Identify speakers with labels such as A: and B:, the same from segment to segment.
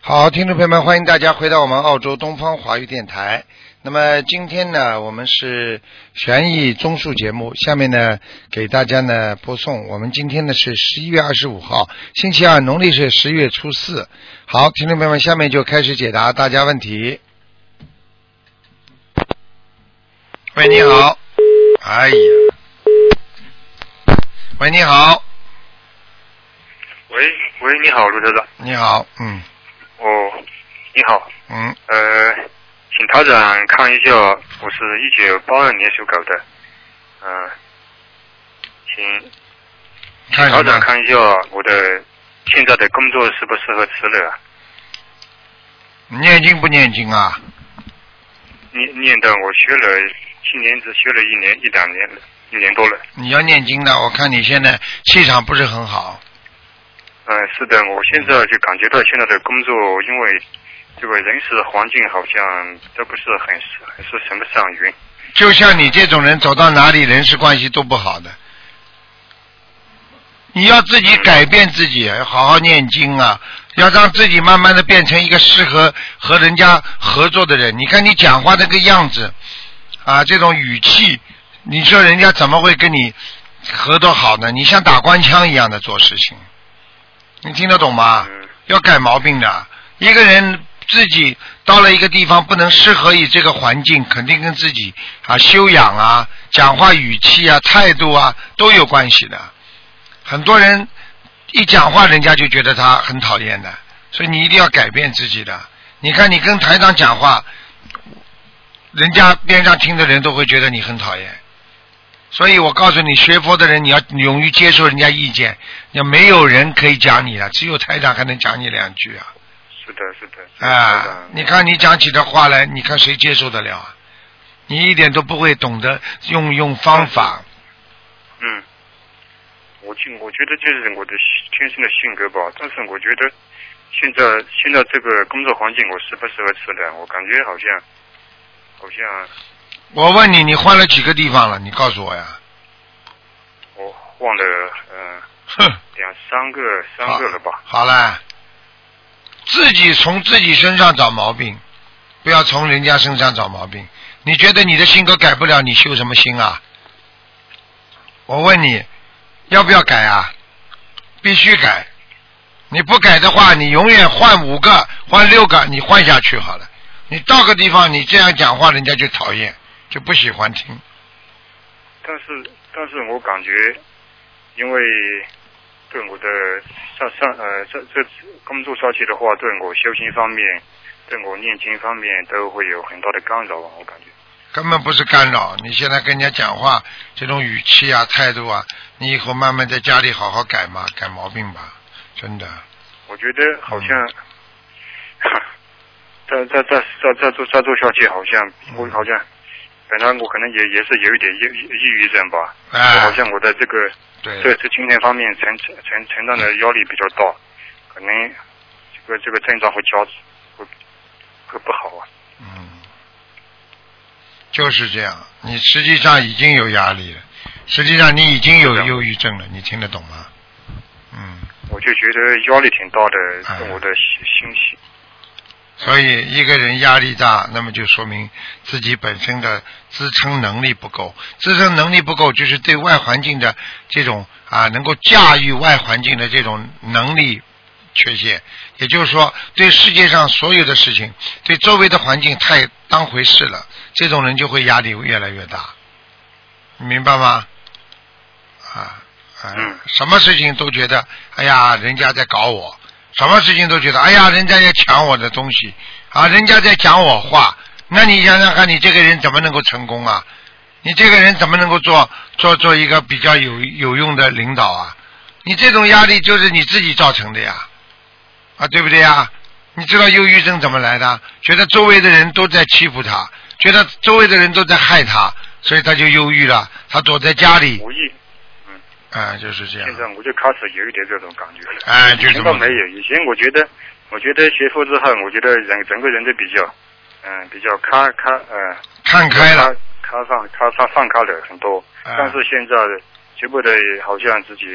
A: 好，听众朋友们，欢迎大家回到我们澳洲东方华语电台。那么今天呢，我们是悬疑综述节目，下面呢给大家呢播送。我们今天呢是十一月二十五号，星期二，农历是十月初四。好，听众朋友们，下面就开始解答大家问题。喂，你好。哎呀，喂，你好，
B: 喂喂，你好，卢台长。
A: 你好，嗯
B: 哦，你好，
A: 嗯，
B: 呃，请台长看一下，我是一九八二年属狗的，嗯、请
A: 看
B: 台
A: 什
B: 长
A: 么？
B: 看一下我的现在的工作适不适合辞了啊？
A: 念经不念经啊？
B: 念念的我学了，今年只学了一年一两年了，一年多了。
A: 你要念经的，我看你现在气场不是很好，
B: 嗯、是的，我现在就感觉到现在的工作，因为这个人事环境好像都不是很很是什么上云。
A: 就像你这种人走到哪里人事关系都不好的。你要自己改变自己，好好念经啊，要让自己慢慢的变成一个适合和人家合作的人。你看你讲话那个样子，啊，这种语气，你说人家怎么会跟你合作好呢？你像打官腔一样的做事情，你听得懂吗？
B: 嗯
A: 要改毛病的。一个人自己到了一个地方，不能适合于这个环境，肯定跟自己啊修养啊、讲话语气啊、态度啊都有关系的。很多人一讲话，人家就觉得他很讨厌的，所以你一定要改变自己的。你看，你跟台长讲话，人家边上听的人都会觉得你很讨厌。所以我告诉你，学佛的人你要勇于接受人家意见，要没有人可以讲你了，只有台长还能讲你两句啊！
B: 是的，是的。是的台
A: 啊
B: 长，
A: 你看你讲起的话来，你看谁接受得了啊？你一点都不会懂得用用方法，
B: 嗯，我就我觉得就是我的天生的性格吧，但是我觉得现在现在这个工作环境我适不适合辞的，我感觉好像好像
A: 我问你，你换了几个地方了？你告诉我呀！
B: 我换了嗯、呃
A: 哼，
B: 两三个三个了吧，
A: 好了，自己从自己身上找毛病，不要从人家身上找毛病。你觉得你的性格改不了，你修什么心啊？我问你，要不要改啊？必须改。你不改的话，你永远换五个、换六个，你换下去好了。你到个地方，你这样讲话，人家就讨厌，就不喜欢听。
B: 但是但是我感觉因为对我的上上呃这这工作下去的话，对我修行方面，对我念经方面都会有很大的干扰，我感觉。
A: 根本不是干扰。你现在跟人家讲话这种语气啊、态度啊，你以后慢慢在家里好好改嘛，改毛病吧，真的。
B: 我觉得好像， 再再再再再做再做下去，好像我好像本来我可能也也是有一点抑抑郁症吧。我好
A: 哎，
B: 像我的这个这
A: 对，
B: 这精神方面承承承承担的压力比较大，可能这个这个症状会加会会不好啊。
A: 嗯，就是这样。你实际上已经有压力了，实际上你已经有忧郁症了，你听得懂吗？嗯，
B: 我就觉得压力挺大的，
A: 哎
B: 对我的心心情。
A: 所以一个人压力大，那么就说明自己本身的支撑能力不够。支撑能力不够，就是对外环境的这种啊，能够驾驭外环境的这种能力缺陷。也就是说，对世界上所有的事情，对周围的环境太当回事了，这种人就会压力越来越大，你明白吗？啊，哎
B: 嗯
A: 什么事情都觉得，哎呀，人家在搞我，什么事情都觉得，哎呀，人家在抢我的东西，啊，人家在讲我话，那你想想看，你这个人怎么能够成功啊？你这个人怎么能够做做做一个比较有有用的领导啊？你这种压力就是你自己造成的呀，啊，对不对呀？你知道忧郁症怎么来的？觉得周围的人都在欺负他，觉得周围的人都在害他，所以他就忧郁了。他躲在家里，
B: 我一
A: 啊、就是这样
B: 现。在我就开始有一点这种感觉了。
A: 哎，就
B: 以
A: 这
B: 前倒
A: 么
B: 没有，以前我觉得，我觉得学佛之后，我觉得人整个人都比较，嗯、比较开开，呃，
A: 看开了，
B: 开，开放，开放，放开了很多。
A: 哎
B: 但是现在觉不得好像自己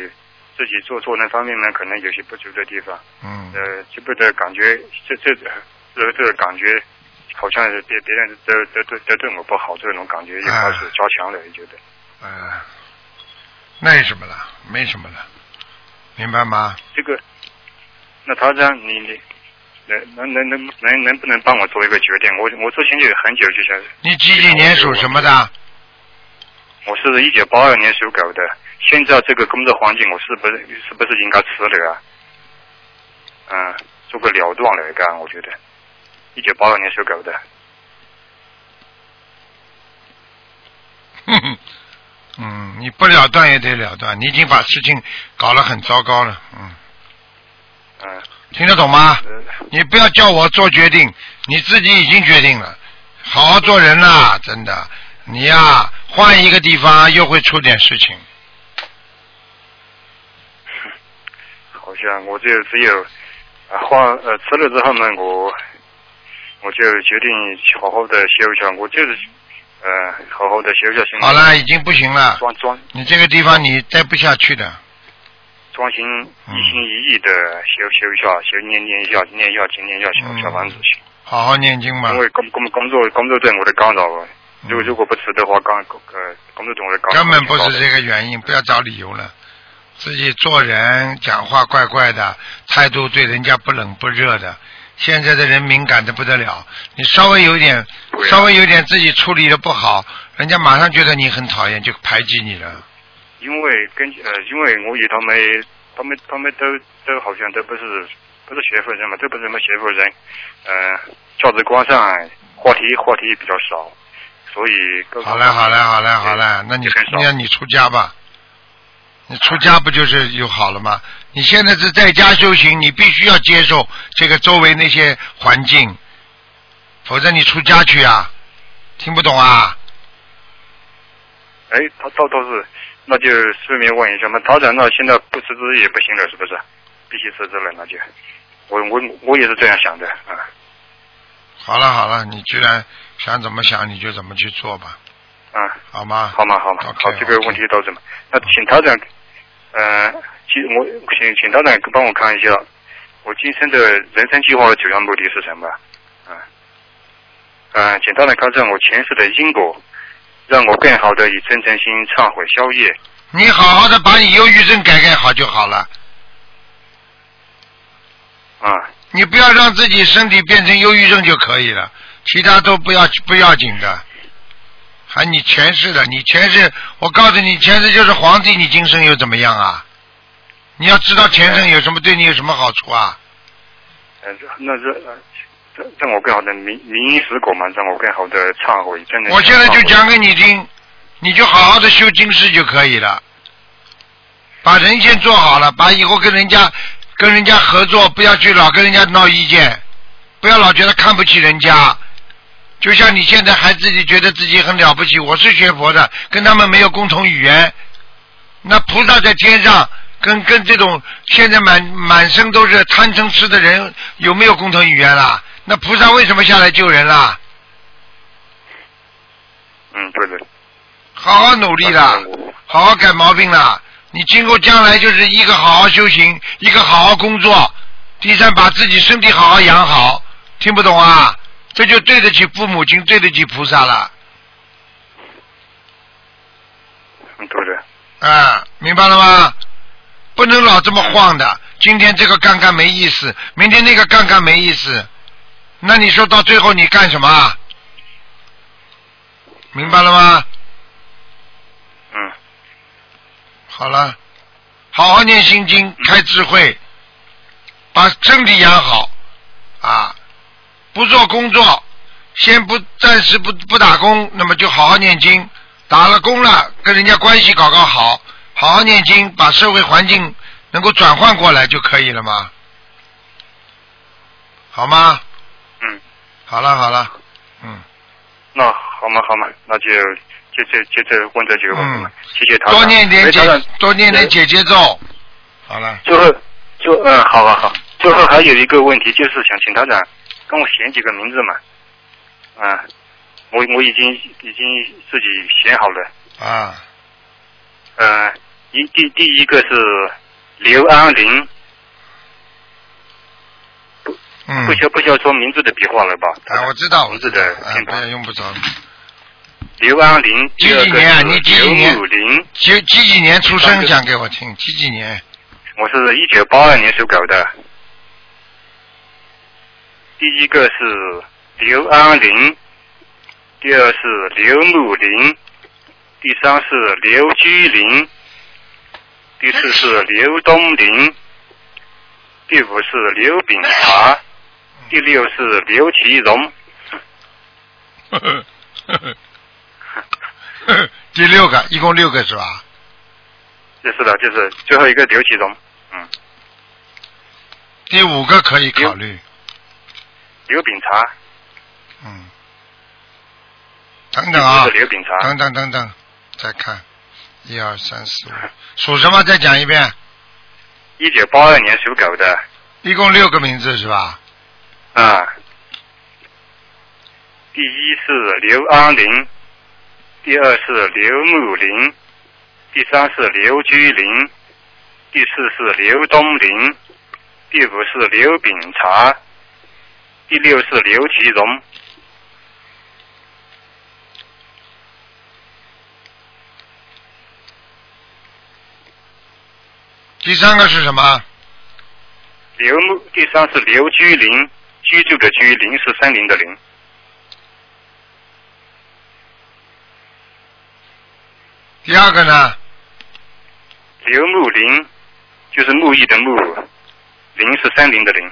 B: 自己做错那方面呢，可能有些不足的地方。
A: 嗯，
B: 呃，这不的感觉，这这这这个感觉，好像是别别人都都都都对我不好，这种感觉就开
A: 啊
B: 始加强了，觉得。
A: 呃，那什么了，没什么了，明白吗？
B: 这个，那他这样，你你能能能能能能不能帮我做一个决定？我我之前就很久之前，
A: 你几几年属什么的？
B: 我是一九八二年属狗的，现在这个工作环境，我是不是是不是应该辞了啊？嗯，做个了断来干，我觉得。一九八二年属狗的，
A: 哼哼 嗯，你不了断也得了断，你已经把事情搞得很糟糕了。嗯，
B: 嗯，
A: 听得懂吗？
B: 呃
A: 你不要叫我做决定，你自己已经决定了，好好做人啦，真的。你呀、换一个地方又会出点事情。
B: 好像我就只有啊换呃辞了之后呢，我我就决定好好的休息，我就是呃好好的休息心。
A: 好了，已经不行了，
B: 专专
A: 你这个地方你待不下去的。
B: 专心
A: 嗯
B: 一心一意的修修一下，修念念一下，念一下经，念一下小
A: 嗯
B: 小房子，
A: 好好念经吧
B: 因，为工工工作工作对我的干扰啊。如果
A: 啊嗯
B: 如果不辞的话，干呃工作对我的干扰
A: 根本不是这个原因，不要找理由了。自己做人讲话怪怪的，态度对人家不冷不热的。现在的人敏感的不得了，你稍微有点
B: 对啊
A: 稍微有点自己处理的不好，人家马上觉得你很讨厌，就排挤你了。
B: 因为根据呃，因为我与他们，他们他们都都好像都不是不是学佛人嘛，都不是什么学佛人，呃，价值观上话题话题比较少，所以各
A: 好嘞，好嘞，好嘞，好嘞，那你
B: 嗯就很少
A: 那你出家吧，你出家不就是有好了吗？你现在是在家修行，你必须要接受这个周围那些环境，否则你出家去啊，听不懂啊？
B: 哎，他倒倒是，那就顺便问一下嘛，他长那现在不辞职也不行了，是不是？必须辞职了，那就，我我我也是这样想的啊。
A: 好了好了，你居然想怎么想你就怎么去做吧，
B: 啊，
A: 好吗？
B: 好嘛好嘛，
A: OK，
B: 好，这个
A: OK
B: 问题到这嘛。那请台长，呃，请我请请台长帮我看一下，我今生的人生计划的主要目的是什么？啊，呃，请台长看正我前世的因果，让我更好的以真诚心忏悔消业。
A: 你好好的把你忧郁症改改好就好了，
B: 啊，
A: 你不要让自己身体变成忧郁症就可以了，其他都不要不要紧的。还你前世的，你前世，我告诉你，前世就是皇帝，你今生又怎么样啊？你要知道前生有什么对你有什么好处啊？
B: 呃，那这呃这让我更好的明明因实果嘛，让我更好的忏悔。真的，
A: 我现在就讲给你听，你就好好的修经师就可以了，把人先做好了，把以后跟人家跟人家合作，不要去老跟人家闹意见，不要老觉得看不起人家。就像你现在还自己觉得自己很了不起，我是学佛的，跟他们没有共同语言。那菩萨在天上，跟跟这种现在满满身都是贪嗔痴的人，有没有共同语言啦？那菩萨为什么下来救人啦？
B: 嗯，对嗯对，
A: 好好努力啦！好好改毛病了。你今后将来就是一个好好修行，一个好好工作，第三把自己身体好好养好。听不懂啊？这就对得起父母亲，对得起菩萨了。
B: 嗯，对对，
A: 啊，明白了吗？不能老这么晃的。今天这个干干没意思，明天那个干干没意思，那你说到最后你干什么啊？明白了吗？
B: 嗯，
A: 好了，好好念心
B: 嗯
A: 经，开智慧，把身体养好啊！不做工作，先不暂时不不打工，那么就好好念经。打了工了，跟人家关系搞搞好，好好念经，把社会环境能够转换过来就可以了嘛，好吗？
B: 嗯，
A: 好了好了，嗯，
B: 那好嘛好嘛，那就就就就这问这几个问题嘛，谢谢
A: 嗯
B: 他。
A: 多念点
B: 哎
A: 姐
B: 台长，
A: 多念点姐姐咒，好了。
B: 最后，最后嗯，好好好，最后还有一个问题，就是想请台长跟我选几个名字嘛。啊，我我已经已经自己选好了。
A: 啊，
B: 呃，一第第一个是刘安林，
A: 嗯
B: 不，需要不需要说名字的笔画了吧？
A: 啊，我知道，我
B: 名
A: 知
B: 字
A: 道
B: 的，
A: 啊，
B: 偏
A: 不
B: 旁
A: 要。用不着。
B: 刘安林，
A: 几
B: 第二
A: 几
B: 个
A: 年啊
B: 是
A: 你几几年
B: 刘武林，
A: 几几几年出
B: 三
A: 生？
B: 个
A: 讲给我听，几几年？
B: 我是一九八二年属狗的。第一个是刘安林，第二是刘木林，第三是刘居林，第四是刘东林，第五是刘炳华， 第六是刘其荣。
A: 呵呵呵呵第六个，一共六个是吧？
B: 就是的，就是最后一个刘其荣。
A: 第五个可以考虑，
B: 刘炳茶，
A: 嗯。等
B: 第
A: 等啊
B: 四是，刘炳茶，
A: 等等等等，再看，一二三四五，属什么？再讲一遍，
B: 一九八二年属狗的，
A: 一共六个名字是吧？
B: 啊，第一是刘安林，第二是刘木林，第三是刘居林，第四是刘东林，第五是刘炳茶，第六是刘其荣，
A: 第三个是什么？
B: 刘木，第三是刘居林，居住的居，林是森林的林，
A: 第二个呢？
B: 刘木林就是木易的木，林是森林的林。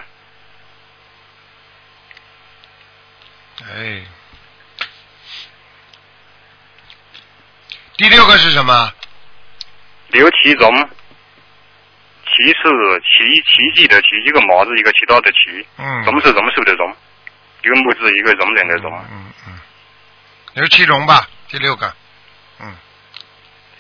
A: 哎，第六个是什么？
B: 刘其荣，奇是奇奇迹的奇，一个毛字一个其他的奇，
A: 嗯，
B: 榕是榕树的榕，一个木字一个容忍的容。
A: 嗯嗯，刘其荣吧，第六个。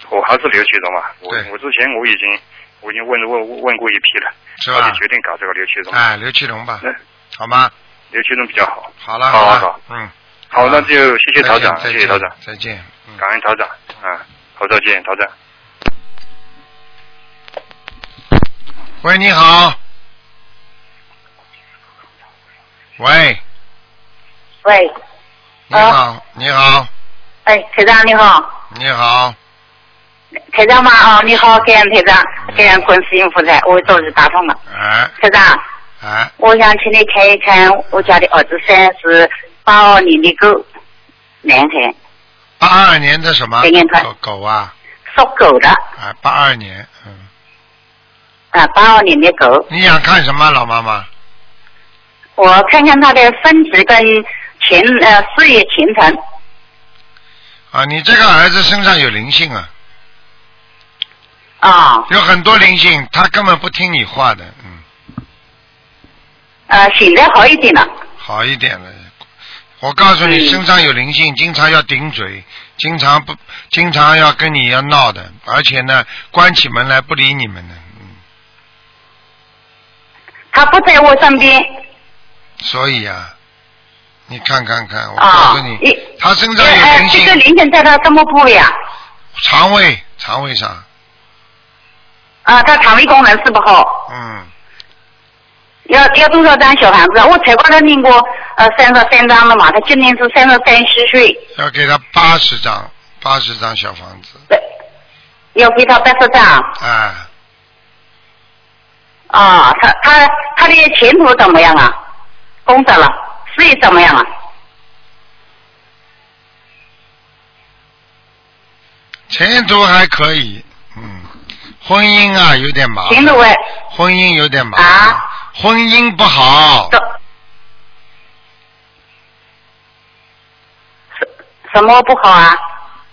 B: 我还是刘其荣啊，我
A: 对
B: 我之前我已经我已经问问问过一批了，
A: 是
B: 他
A: 吧
B: 就？决定搞这个刘其荣，
A: 哎，刘其荣吧
B: 嗯，
A: 好吗？
B: 刘其荣比较好。
A: 好了，
B: 好啊
A: 了，
B: 好
A: 嗯，
B: 好，
A: 好
B: 那就谢谢
A: 再
B: 曹
A: 见
B: 长，
A: 再
B: 谢
A: 见
B: 谢曹长，
A: 再见。嗯
B: 感恩曹长啊，好再见，曹长。
A: 喂，你好。喂，
C: 喂，
A: 你好，你好，
C: 哎，台长你好，
A: 你好，
C: 台长嘛啊，你好，感恩台长，感恩观世音菩萨，我终于打通了。
A: 哎
C: 台长，
A: 哎，
C: 我想请你看一看我家的儿子三是八二年的狗，男孩，
A: 八二年的什么
C: 再见快
A: 狗狗啊？
C: 属狗的
A: 啊，八二年，嗯，
C: 啊，八二年的狗，
A: 你想看什么，老妈妈？
C: 我看看他的分值跟前呃事业前程，
A: 啊，你这个儿子身上有灵性啊，
C: 啊，
A: 有很多灵性，他根本不听你话的，嗯，
C: 呃，现在好一点了，
A: 好一点了。我告诉你，
C: 嗯
A: 身上有灵性，经常要顶嘴，经常不，经常要跟你要闹的，而且呢，关起门来不理你们的，嗯，
C: 他不在我身边
A: 所以啊，你看看看，我告
C: 啊
A: 诉你，，
C: 一，
A: 他身上有
C: 呃
A: 灵，
C: 这个
A: 性，
C: 零件在他什么部位啊？
A: 肠胃肠胃上，
C: 啊，他肠胃功能是不好。
A: 嗯，
C: 要要多少张小房子啊？我才帮他念过呃三十三张了嘛，他今年是三十三虚岁，
A: 要给他八十张八十张小房子，
C: 呃要给他八十张
A: 啊，
C: 啊。他他他的前途怎么样啊？工作了，事业怎么样啊？
A: 前途还可以，嗯，婚姻啊有点麻
C: 前
A: 烦，
C: 途哎，
A: 婚姻有点麻烦，
C: 啊
A: 婚姻不好
C: 都，什什么不好啊？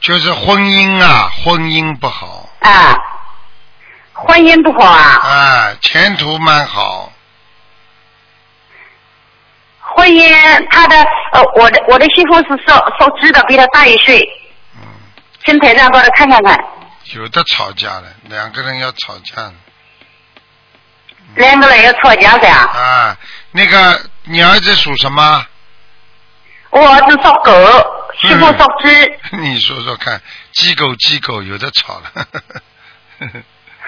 A: 就是婚姻啊，婚姻不好，
C: 啊，婚姻不好啊？
A: 啊，前途蛮好，
C: 婚姻他的呃，我的我的媳妇是属属鸡的，比他大一岁，
A: 嗯，
C: 请台上帮他看看看。
A: 有的吵架了，两个人要吵架了。
C: 两个人要吵架噻。
A: 啊，那个你儿子属什么？
C: 我儿子属狗，媳妇属
A: 嗯
C: 鸡。
A: 你说说看，鸡狗鸡狗有的吵了。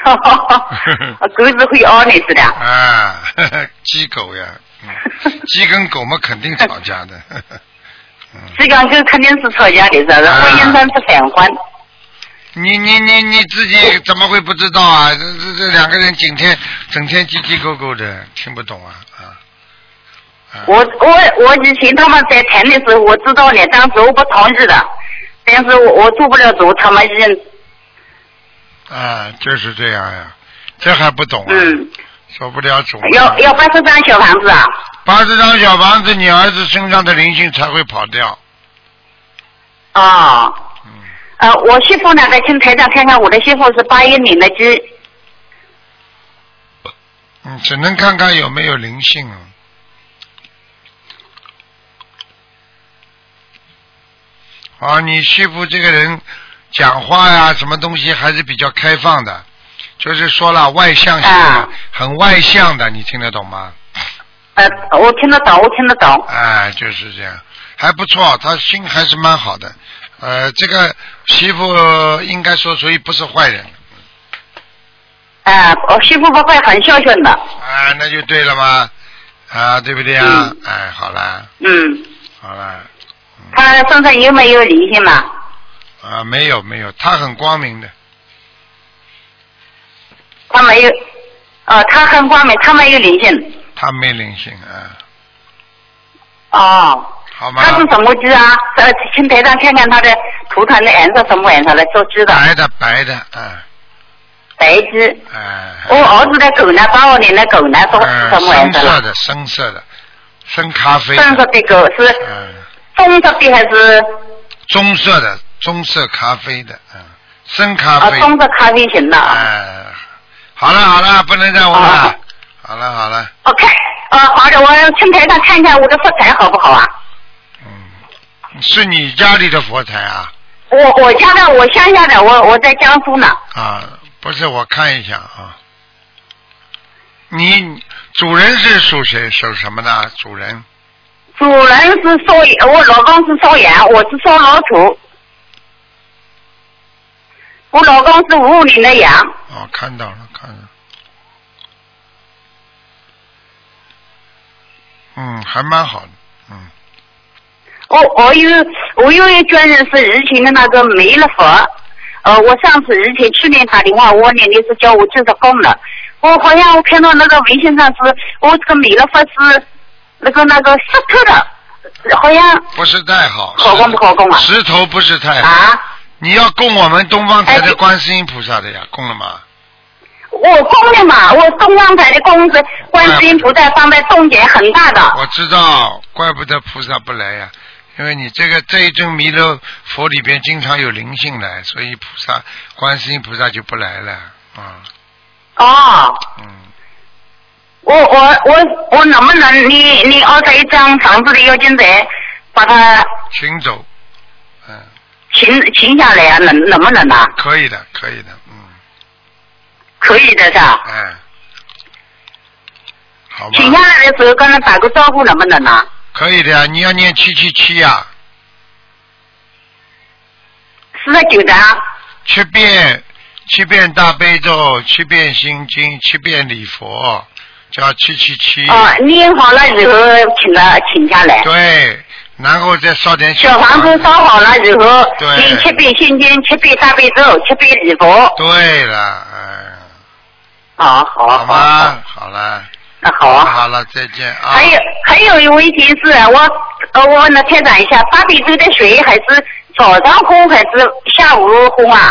C: 狗是会咬你是的。
A: 啊，呵呵鸡狗呀，嗯鸡跟狗嘛肯定吵架的。 呵呵
C: 这两个肯定是吵架的，是吧？
A: 啊
C: 婚姻上是反观。
A: 你你你你自己怎么会不知道啊？这这这两个人整天整天叽叽狗狗的，听不懂啊啊！啊
C: 我我我以前他们在谈的时候，我知道的，当时我不同意的，但是我我做不了主，他们已经
A: 啊，就是这样呀、这还不懂啊？
C: 嗯，
A: 说不了主啊。
C: 要要八十张小房子啊，
A: 八十张小房子，你儿子身上的灵性才会跑掉。
C: 啊、
A: 嗯，
C: 呃，我媳妇呢，在请台长看看，我的媳妇是八一年的鸡，
A: 嗯，只能看看有没有灵性啊。啊，你媳妇这个人讲话呀，什么东西还是比较开放的，就是说了外向型的，
C: 啊
A: 很外向的，你听得懂吗？
C: 呃，我听得懂，我听得懂，
A: 哎，就是这样，还不错，他心还是蛮好的。呃，这个媳妇应该说属于不是坏人
C: 啊、我媳妇不会很孝顺的，
A: 啊，那就对了嘛，啊，对不对啊？
C: 嗯
A: 哎，好啦，
C: 嗯，
A: 好啦，
C: 她身上有没有灵性嘛？
A: 啊，没有没有，他很光明的，
C: 她没有，呃，她很光明，她没有灵性，
A: 他没灵性啊，
C: 哦，
A: 好吗？
C: 她是什么鸡啊？呃，请台长看看她的图腾的颜色什么颜色的，做鸡的
A: 白的白的，啊，
C: 白鸡。
A: 哎，
C: 我儿子的狗呢？八五年的狗呢？什
A: 呃
C: 什么
A: 深
C: 颜色
A: 色
C: 了？
A: 的深色的，深咖啡的，
C: 棕色的狗是
A: 嗯，
C: 棕色的还是
A: 棕色的棕色咖啡的，嗯，深咖
C: 啊
A: 啡。
C: 棕色咖啡型的？啊？
A: 哎，好了好了，不能再问了
C: 啊。
A: 好了好了，
C: 我看，呃，好的，我请台上看看我的佛台好不好啊？
A: 嗯，是你家里的佛台啊
C: 我我家的，我乡下的，我我在江苏呢。
A: 啊，不是，我看一下啊。你主人是属谁属什么的？主人
C: 主人是烧，我老公是烧羊，我是烧老鼠。我老公是五五年的羊，
A: 哦，看到了看到了。嗯，还蛮好的，嗯，
C: 我我有我有一个人是以前的那个弥勒佛，呃，我上次以前去年打电话，我奶奶是叫我去做工了，我好像我看到那个微信上是，我这个弥勒佛是那个那个石头的，好像
A: 不是太好。
C: 好供不好供啊？
A: 石头不是太好。
C: 啊，
A: 你要供我们东方台
C: 哎
A: 的
C: 你
A: 观世音菩萨的呀，供了吗？
C: 我供的嘛，我东方台的供是观世音菩萨放在中间很大的，
A: 我知道，怪不得菩萨不来呀、因为你这个这一尊弥勒佛里边经常有灵性来，所以菩萨观世音菩萨就不来了啊、
C: 哦。
A: 嗯，
C: 我我我我能不能你你二十一张房子的要金者把它
A: 行走，嗯，
C: 请请下来啊？能能不能啊？
A: 可以的，可以的，嗯，
C: 可以的是吧？
A: 哎，好吧，
C: 请下来的时候跟他打个招呼能不能啊？
A: 可以的呀、你要念七七七呀，
C: 四十九张，
A: 七遍七遍大悲咒，七遍心经，七遍礼佛，叫七七七，
C: 哦，念好了以后请他请下来。
A: 嗯对，然后再烧点
C: 小房
A: 子
C: 子烧好了以后，
A: 对
C: 念七遍心经，七遍大悲咒，七遍礼佛。
A: 对了，哎，
C: 啊，好，
A: 好
C: 好
A: 吗？好了，
C: 那好
A: 那
C: 啊。
A: 好了，再见啊！
C: 还有还有一问题是我呃我问了开长一下，大悲咒的水还是早上烘还是下午烘啊？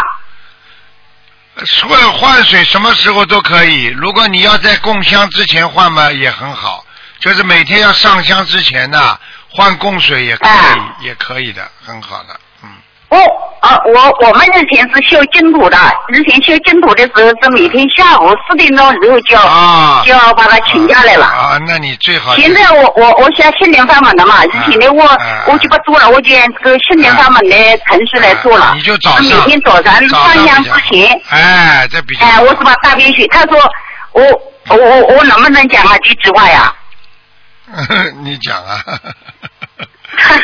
A: 换换水什么时候都可以，如果你要在供香之前换嘛，也很好，就是每天要上香之前呢、换供水也可以，
C: 哎
A: 也可以的，很好的，嗯，
C: 我啊，我我们以前是修净土的，以前修净土的时候是每天下午四点钟以后就要、
A: 啊
C: 就要把它请下来了。
A: 啊，那你最好
C: 现在我我我想心灵法门的嘛，以前呢我、
A: 啊
C: 我就不做了，我就按这个心灵法门的程序来做了。
A: 啊你就早上
C: 每天早上
A: 早
C: 上香
A: 比
C: 之
A: 较好
C: 前，
A: 哎，这比较
C: 哎、
A: 好
C: 我是把大便血，他说我我我我能不能讲啊这句话呀？
A: 你讲啊，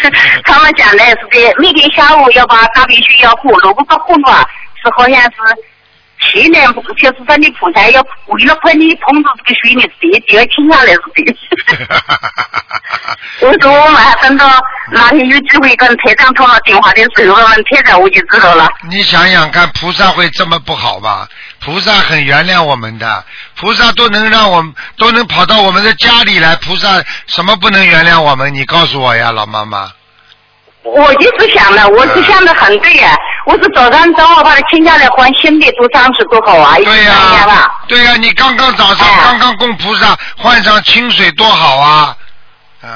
C: 他们讲的是的，每天下午要把大便血要护，如果不护的话，是好像是气呢，就是说你菩萨要为了把你捧到这个水里水就要请下来是对。 我说我马上到哪天有机会跟台长通了电话的时候，问问台长我就知道了。
A: 你想想看，菩萨会这么不好吧？菩萨很原谅我们的，菩萨都能让我们都能跑到我们的家里来，菩萨什么不能原谅我们？你告诉我呀，老妈妈。
C: 我就是想的，我是想的很对呀、我是早上正好把它请下来还新的多上去多好啊，一
A: 对
C: 年
A: 呀、
C: 了。
A: 对呀、你刚刚早上、
C: 哎
A: 刚刚供菩萨换上清水多好啊！嗯，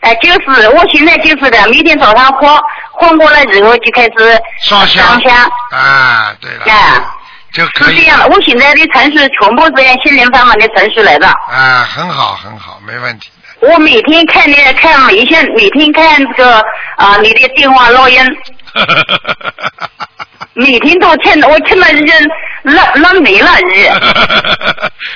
C: 哎，就是我现在就是的，每天早上晃晃过来之后就开始
A: 烧香
C: 上香，
A: 啊，对了，
C: 哎
A: 就可
C: 是
A: 以
C: 这样的。我现在的程序全部是按心灵法门的程序来的。
A: 啊，很好很好，没问题的。
C: 我每天看那看微信，每天看这个啊、你的电话录音， 每天都听，我听了已经浪浪没了 已经。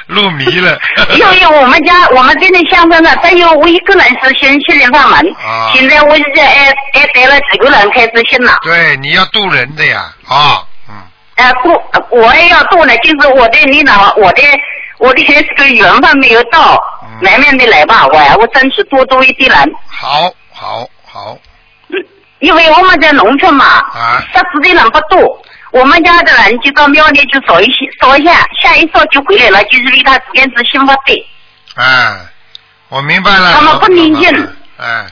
A: 入迷了。
C: 因为我们家我们这里乡村的只有我一个人是信心灵法门
A: 啊，
C: 现在我已经挨挨带了几个人开始信了。
A: 对，你要渡人的呀，啊、嗯，
C: 呃，不，呃我也要做呢，就是我的你呢，我的我的这个缘分没有到
A: 嗯，
C: 慢慢的来吧，我呀，我争取多做一点人，
A: 好，好，好，
C: 因为我们在农村嘛，
A: 啊
C: 识字的人不多，我们家的人就到庙里去扫一些扫一下，下一扫就回来了，就是为他自己是幸福的
A: 哎，我明白了。
C: 他们
A: 老
C: 不宁静
A: 老妈妈哎，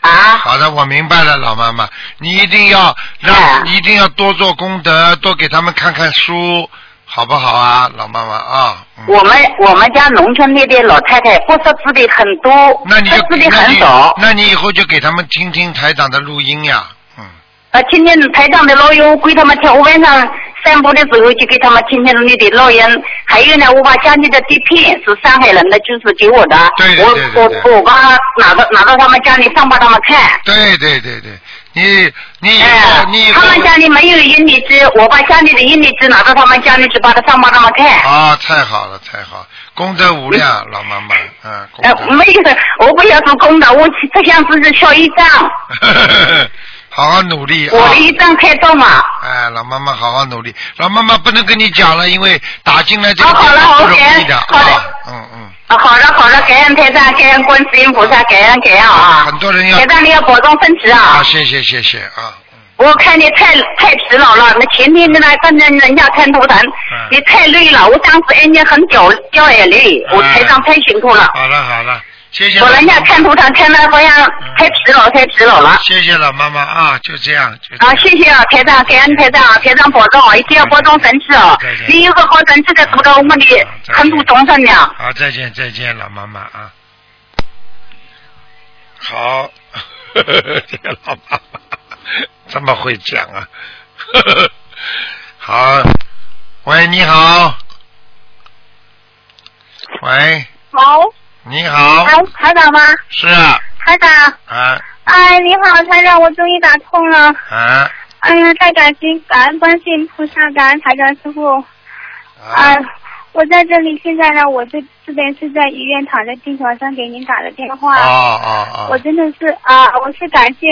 C: 啊。
A: 好的，我明白了，老妈妈，你一定要
C: 哎
A: 让，你一定要多做功德，多给他们看看书，好不好啊，老妈妈啊？嗯
C: 我们我们家农村里的老太太不识字的很多，
A: 那你
C: 识
A: 就
C: 字的
A: 那
C: 很
A: 你
C: 少。
A: 那你以后就给他们听听台长的录音呀，嗯，
C: 啊，今天台长的老鹰归他们听，我晚上散步的时候就给他们听听你的老鹰。还有呢，我把家里的底片是上海人的，就是给我的，
A: 对对对对对
C: 我我我把它拿到拿到他们家里上报他们看。
A: 对对对对，你你以后、
C: 哎，
A: 嗯你以后
C: 他们家里没有阴历枝，我把家里的阴历枝拿到他们家里去，把它上报他们看。
A: 啊，太好了太好，功德无量，老妈妈，嗯，功
C: 呃，
A: 德。
C: 没有，我不要做功德，我只想只是小一张，
A: 啊 好好努力啊！
C: 我的一张开动嘛。
A: 哎，老妈妈，好好努力。老妈妈不能跟你讲了，因为打进来这个
C: 啊好了
A: 电话不
C: 好
A: 容易的
C: 好的
A: 啊。嗯嗯，
C: 啊，好了好了，感恩台长，感恩观世音菩萨，感恩感恩啊！
A: 很多人要
C: 台长你要保重身体啊
A: 啊，！谢谢谢谢啊。
C: 我看你太太疲劳了，那前天跟他跟人人家看图腾，
A: 嗯
C: 你太累了，我当时按你很久掉眼泪，我台长太辛苦了，
A: 嗯好了好了，谢谢。
C: 我人家看图腾看的好像太疲劳太疲劳了。
A: 谢谢老妈妈啊，就这样就这样
C: 啊，谢谢啊，台长，感恩台长，台长保重啊，一定要保重身体啊
A: 再！见嗯
C: 你有个好身体的，读到我们的很多众生呢。
A: 好，再见再见，老妈妈啊。好， 这个老妈妈这么会讲啊。 好，喂，你好。喂，
D: 好，
A: 你好，
D: 台台长吗？
A: 是啊，
D: 台长，
A: 啊
D: 哎，你好，台长，我终于打通了。
A: 啊
D: 哎呀，太感激，感恩观世音菩萨，感恩台长师傅。哎
A: 啊，，
D: 我在这里，现在呢，我这这边是在医院躺在病床上给您打的电
A: 哦
D: 话。
A: 哦
D: 我
A: 哦，
D: 真的是啊、我是感谢，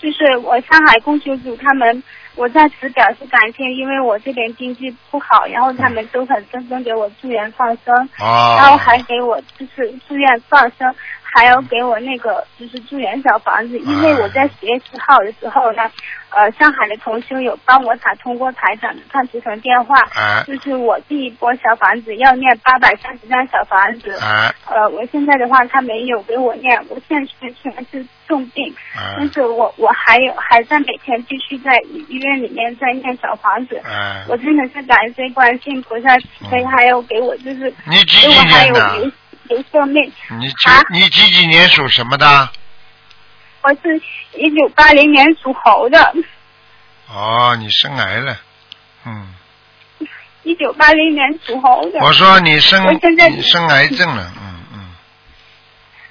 D: 就是我上海供修组他们，我在此表示感谢，因为我这边经济不好，然后他们都很纷纷给我助缘放生。然后
A: 哦，
D: 还给我就是住院放生，还有给我那个就是住院小房子，因为我在十月四号的时候呢，呃，上海的同修有帮我打通过台长的看图腾电话，
A: 啊
D: 就是我这一波小房子要念八百三十张小房子，
A: 啊
D: 呃，我现在的话他没有给我念，我现在全是重病，
A: 啊
D: 但是我我还有还在每天继续在医院里面在念小房子，
A: 啊！
D: 我真的是感谢观世音菩萨慈悲，
A: 嗯
D: 还有给我就是
A: 你几
D: 给我
A: 几
D: 还
A: 年
D: 有
A: 的
D: 留？留生命。
A: 你几
D: 啊
A: 你几几年属什么的？
D: 我是一九八零年属猴的，
A: 哦，你生癌了，嗯，
D: 一九八零年属猴的。
A: 我说你生
D: 我现在
A: 你生癌症了，嗯嗯。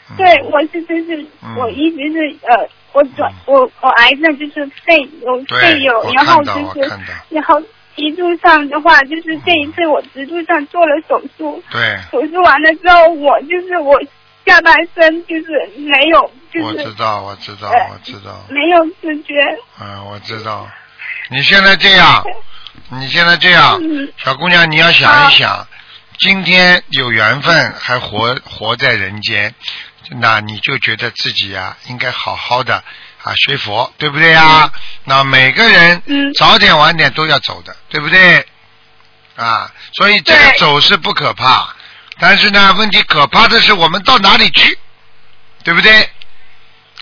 A: 嗯
D: 对，我是真是
A: 嗯
D: 我一直是呃，我转我我癌症就是肺有肺
A: 对，
D: 有
A: 我，
D: 然后
A: 看
D: 就
A: 到我
D: 是
A: 看到，
D: 然后脊柱上的话，就是这一次我脊柱上做了手术，
A: 对，
D: 手术完了之后，我就是我下半身就是没有就
A: 我知
D: 是
A: 道，我知道，
D: 呃
A: 我知道，啊
D: 没有知觉。
A: 嗯，我知道。你现在这样，你现在这样
D: 嗯，
A: 小姑娘，你要想一想，今天有缘分还活活在人间，那你就觉得自己啊，应该好好的啊学佛，对不对啊？那每个人
D: 嗯
A: 早点晚点都要走的，对不对？啊，所以这个
D: 对
A: 走是不可怕，但是呢，问题可怕的是我们到哪里去，对不对？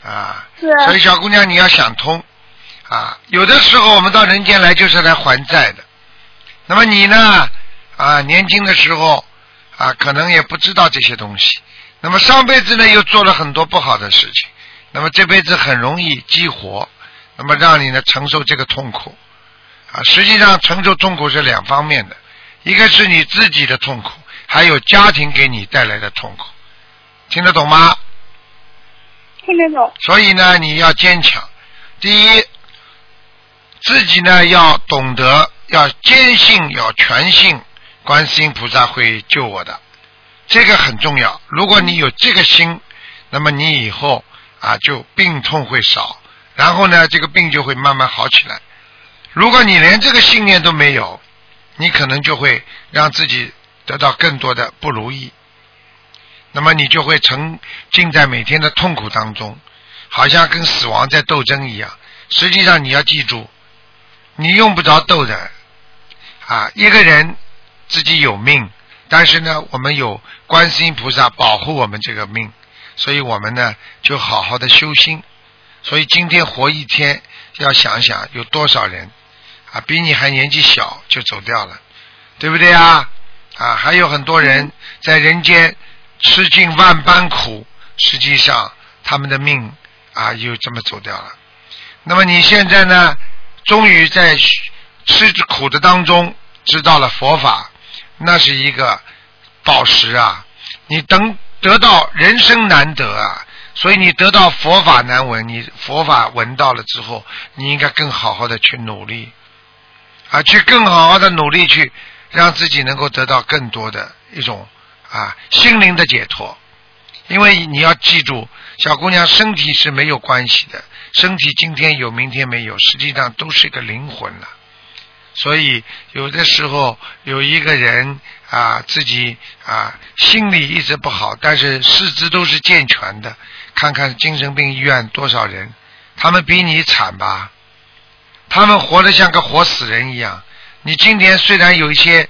A: 啊，
D: 是
A: 所以小姑娘你要想通啊，有的时候我们到人间来就是来还债的。那么你呢？啊，年轻的时候啊，可能也不知道这些东西。那么上辈子呢，又做了很多不好的事情。那么这辈子很容易激活，那么让你呢承受这个痛苦。啊，实际上承受痛苦是两方面的，一个是你自己的痛苦，还有家庭给你带来的痛苦。听得懂吗？
D: 听得懂，
A: 所以呢，你要坚强。第一，自己呢要懂得，要坚信，要全信，观世音菩萨会救我的，这个很重要。如果你有这个心，那么你以后啊就病痛会少，然后呢，这个病就会慢慢好起来。如果你连这个信念都没有，你可能就会让自己得到更多的不如意，那么你就会沉浸在每天的痛苦当中。好像跟死亡在斗争一样。实际上你要记住，你用不着斗的啊。一个人自己有命，但是呢，我们有观世音菩萨保护我们这个命，所以我们呢就好好的修心。所以今天活一天，要想想有多少人啊比你还年纪小就走掉了，对不对啊？啊，还有很多人在人间吃尽万般苦，实际上他们的命啊又这么走掉了。那么你现在呢，终于在吃苦的当中知道了佛法，那是一个宝石啊！你等得到人生难得啊，所以你得到佛法难闻，你佛法闻到了之后，你应该更好好的去努力啊，去更好好的努力去让自己能够得到更多的一种啊心灵的解脱，因为你要记住，小姑娘身体是没有关系的，身体今天有，明天没有，实际上都是一个灵魂了。所以有的时候有一个人啊，自己啊心里一直不好，但是四肢都是健全的，看看精神病医院多少人，他们比你惨吧？他们活得像个活死人一样。你今年虽然有一些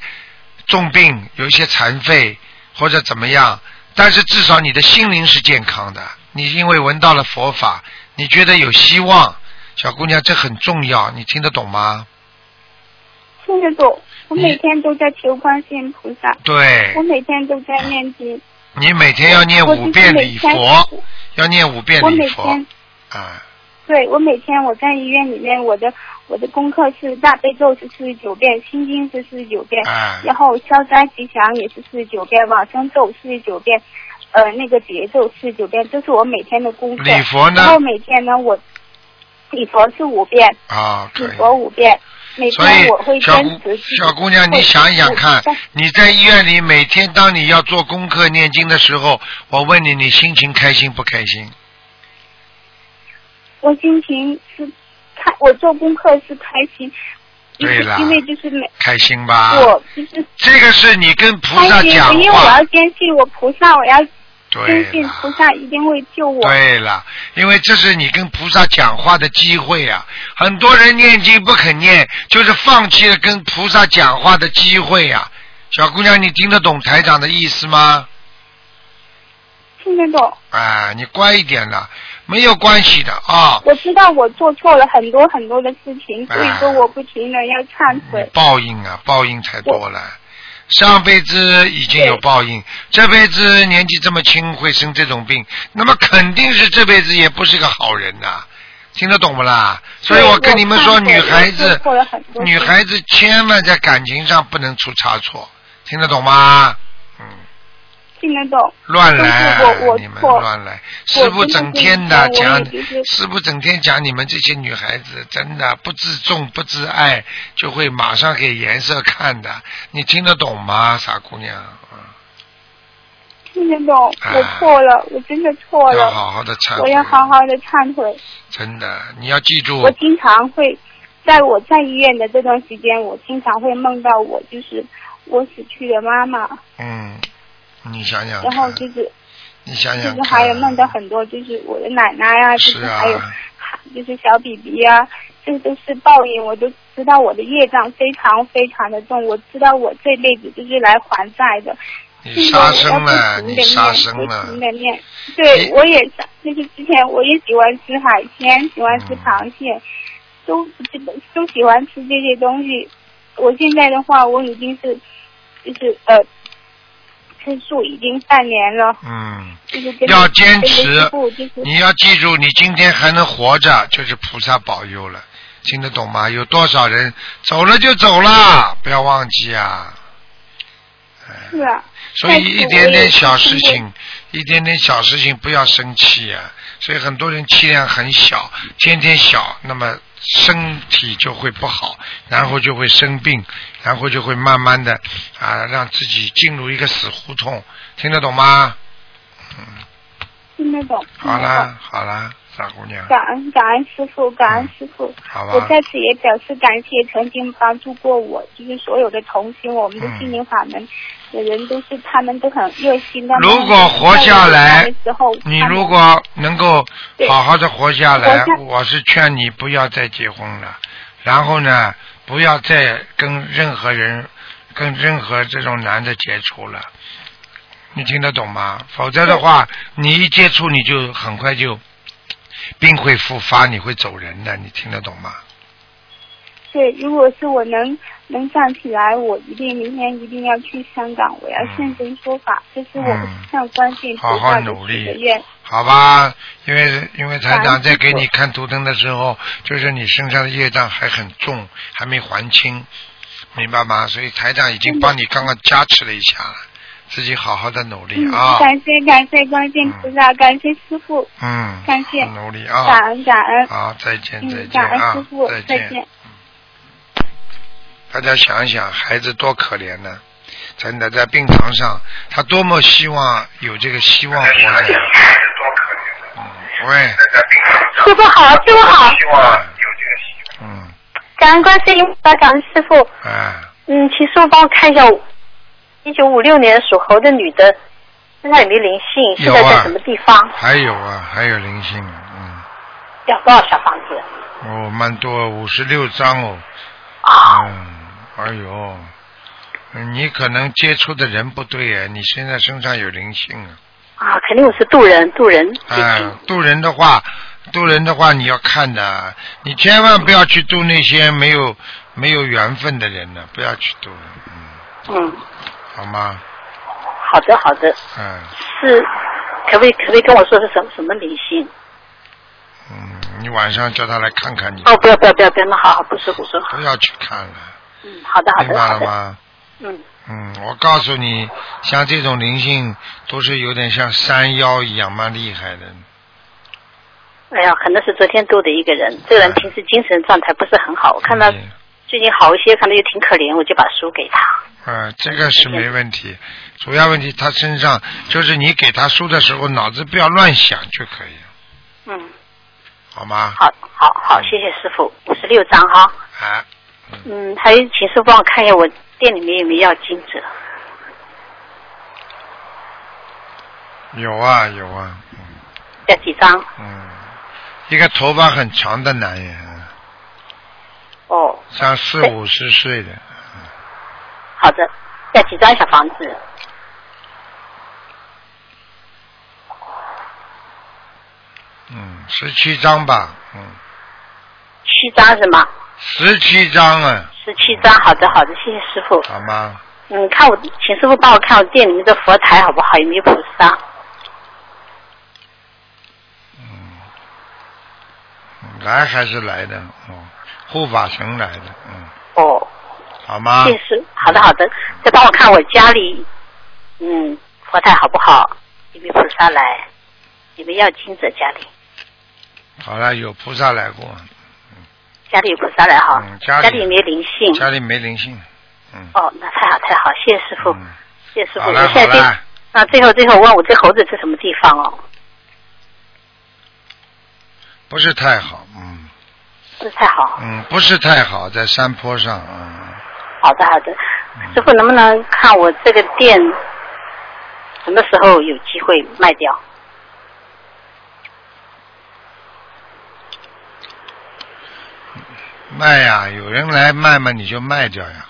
A: 重病，有一些残废或者怎么样，但是至少你的心灵是健康的。你因为闻到了佛法，你觉得有希望，小姑娘，这很重要，你听得懂吗？
D: 听得懂。我
A: 你
D: 每天都在求观世音菩萨，
A: 对
D: 我，每天都在念经，
A: 你每天要念
D: 我
A: 五遍礼佛，，要念五遍
D: 我
A: 礼
D: 每
A: 佛
D: 天，
A: 啊，
D: 对我每天我在医院里面，我的我的功课是大悲咒是四十九遍，心经是四十九遍，
A: 哎
D: 然后消灾吉祥也是四十九遍，往生咒四十九遍，呃，那个节奏四十九遍，这是我每天的功课。
A: 礼佛呢
D: 然后每天呢，我礼佛是五遍，
A: 啊，
D: 礼
A: 可以。
D: 佛五遍，每
A: 所
D: 天
A: 以
D: 我会，
A: 小
D: 坚
A: 姑
D: 持。
A: 小姑娘，你想一想看，你在医院里每天当你要做功课、念经的时候，我问你，你心情开心不开心？
D: 我心情是开，我做功课是开心，因为
A: 对啦
D: 因为就是每、
A: 开心吧？
D: 我就是
A: 这个是你跟菩萨
D: 开心
A: 讲，
D: 因为我
A: 话
D: 要，坚信我菩萨，我要
A: 对
D: 坚信
A: 啦
D: 菩萨一定会救我。
A: 对了，因为这是你跟菩萨讲话的机会啊。很多人念经不肯念，就是放弃了跟菩萨讲话的机会啊。小姑娘，你听得懂台长的意思吗？
D: 听得懂？
A: 啊，你乖一点了，没有关系的啊。
D: 我知道我做错了很多很多的事情，
A: 哎
D: 所以说我不停的要忏
A: 你
D: 悔。
A: 报应啊，报应太多了。上辈子已经有报应，这辈子年纪这么轻会生这种病，那么肯定是这辈子也不是个好人呐、听得懂不啦？所以
D: 对
A: 跟你们说，
D: 我忏悔
A: 女孩
D: 我做
A: 子
D: 错了很，多
A: 女
D: 事
A: 孩子千万在感情上不能出差错，听得懂吗？嗯，
D: 听得懂？
A: 乱来
D: 就是我，我
A: 你们
D: 错
A: 乱来，师傅整天的
D: 我真的
A: 讲
D: 是以前我也就是，
A: 师傅整天讲你们这些女孩子真的不自重不自爱，就会马上给颜色看的，你听得懂吗，傻姑娘？
D: 听得懂？
A: 哎
D: 我错了，我真的错
A: 嗯要
D: 了，
A: 好好的忏悔，
D: 我要好好的忏悔。嗯
A: 真的，你要记住
D: 我，经常会，在我在医院的这段时间，我经常会梦到我就是我死去的妈妈，
A: 嗯，你想想
D: 然后
A: 看，
D: 就是
A: 你想
D: 就
A: 想
D: 是
A: 看，
D: 还有梦到很多就是我的奶奶啊，哎就是是
A: 啊
D: 还有就是小 BB 啊，这都是报应。我都知道我的业障非常非常的重，我知道我这辈子就是来还债的。
A: 你杀生了，
D: 幸
A: 你
D: 好
A: 杀
D: 我
A: 生
D: 不
A: 了
D: 停，的念，对
A: 你
D: 我也想就是之前我也喜欢吃海鲜，喜欢吃
A: 嗯
D: 螃蟹，都这个都喜欢吃这些东西。我现在的话，我已经是就是呃吃素已经半年了，
A: 嗯，
D: 就是跟
A: 要坚持
D: 跟着师傅就是
A: 你要记住，你今天还能活着，就是菩萨保佑了，听得懂吗？有多少人走了就走了，不要忘记啊。哎
D: 是啊，
A: 所以
D: 但是
A: 一
D: 我
A: 点点
D: 也
A: 小
D: 是
A: 事
D: 通过
A: 情，一点点小事情不要生气啊。所以很多人气量很小，天天小，那么身体就会不好，然后就会生病，然后就会慢慢的啊，让自己进入一个死胡同，听得懂吗？
D: 听得懂。听
A: 好
D: 得懂
A: 啦，好啦，傻姑娘，
D: 感恩感恩师傅，感恩师傅。
A: 好吧。
D: 我在此也表示感谢曾经帮助过我，就是所有的同行，我们的
A: 嗯
D: 心灵法门的人都是，他们都很热心的。
A: 如果活下来
D: 在我遇难的时候，
A: 你
D: 他们
A: 如果能够好好的活下来
D: 活下，
A: 我是劝你不要再结婚了，然后呢，不要再跟任何人、跟任何这种男的接触了。你听得懂吗？否则的话，你一接触你就很快就病会复发，你会走人的。你听得懂吗？
D: 对，如果是我能能站起来，我一定明天一定要去香港，我要现身说法，这是我
A: 嗯
D: 向观世音菩
A: 好好
D: 萨的
A: 努
D: 许
A: 力
D: 的愿。
A: 好吧，因为因为台
D: 感
A: 长
D: 恩
A: 在给
D: 师父
A: 你看图腾的时候，就是你身上的业障还很重，还没还清，明白吗？所以台长已经帮你刚刚加持了一下了，自己好好的努力
D: 嗯，
A: 啊，
D: 感谢感谢观世音菩萨，啊感谢师傅，
A: 嗯，
D: 感谢
A: 努力
D: 感
A: 啊，
D: 恩感恩，
A: 好，再见再见
D: 嗯，感恩
A: 啊
D: 师傅，，再
A: 见。
D: 见。
A: 大家想一想，孩子多可怜呢、真的在病床上，他多么希望有这个希望活着。嗯，喂，
C: 师傅好，师傅好，
A: 嗯，
C: 感恩观世音菩萨，感恩师傅。
A: 哎，
C: 嗯，请师傅帮我看一下，一九五六年属猴的女的，身上有没有灵性？现
A: 有
C: 在
A: 啊
C: 在什么地方？
A: 还有啊，还有灵性啊，嗯。
C: 要多少小房子？
A: 哦，蛮多，五十六张哦。
C: 啊，
A: 嗯，哎呦，嗯你可能接触的人不对啊，你现在身上有灵性啊。
C: 啊，肯定我是渡人，渡人。
A: 啊，渡人的话，渡人的话你要看的，你千万不要去渡那些没有没有缘分的人呢、不要去渡，嗯，
C: 嗯，
A: 好吗？
C: 好的，好的，
A: 嗯
C: 是，可不可以可不可以跟我说是什么什么灵性？
A: 嗯，你晚上叫他来看看你，
C: 哦，不要不要不要不要，那好好，不说不说，
A: 不要去看了，
C: 嗯，好的好
A: 明
C: 的
A: 白
C: 好
A: 了
C: 的，
A: 吗？
C: 嗯，
A: 嗯，我告诉你，像这种灵性都是有点像山妖一样，蛮厉害的。
C: 哎呀，可能是昨天渡的一个人，这个人平时精神状态不是很好，我看他
A: 嗯
C: 最近好一些，看他又挺可怜，我就把书给他。
A: 啊，这个是没问题，主要问题他身上就是你给他输的时候，脑子不要乱想就可以，
C: 嗯，
A: 好吗？
C: 好，好，好，谢谢师傅，五十六张哈。
A: 啊，
C: 嗯，还有，请师傅帮我看一下我店里面有没有要金者。
A: 有啊有啊，
C: 要几张？
A: 嗯，一个头发很长的男人，
C: 哦，
A: 像四五十岁的，
C: 好的，要几张小房子？
A: 嗯，十七张吧，嗯，
C: 七张是吗？
A: 十七张啊，
C: 十七张，好的，好的，谢谢师傅。
A: 好吗？
C: 嗯，看我，请师傅帮我看我店里面的佛台好不好？有没有菩萨？
A: 嗯来还是来的，嗯，护法神来的，嗯，
C: 哦，
A: 好吗
C: 谢？谢师。好的，好的，再帮我看我家里，嗯，佛台好不好？有没有菩萨来？有没有要金者家里？
A: 好了，有菩萨来过，
C: 家里有菩萨来哈？
A: 嗯家里
C: 有没有灵性？
A: 家里没灵性，嗯，
C: 哦，那太好太好，谢谢师傅，
A: 嗯
C: 谢谢师傅。
A: 好
C: 我
A: 了好
C: 现在对
A: 了。
C: 那最后最后问我这猴子是什么地方哦？
A: 不是太好，嗯，
E: 不是太好。
A: 嗯，不是太好，在山坡上，嗯，
E: 好的好的，师傅能不能看我这个店什么时候有机会卖掉？
A: 卖呀，有人来卖嘛，你就卖掉呀，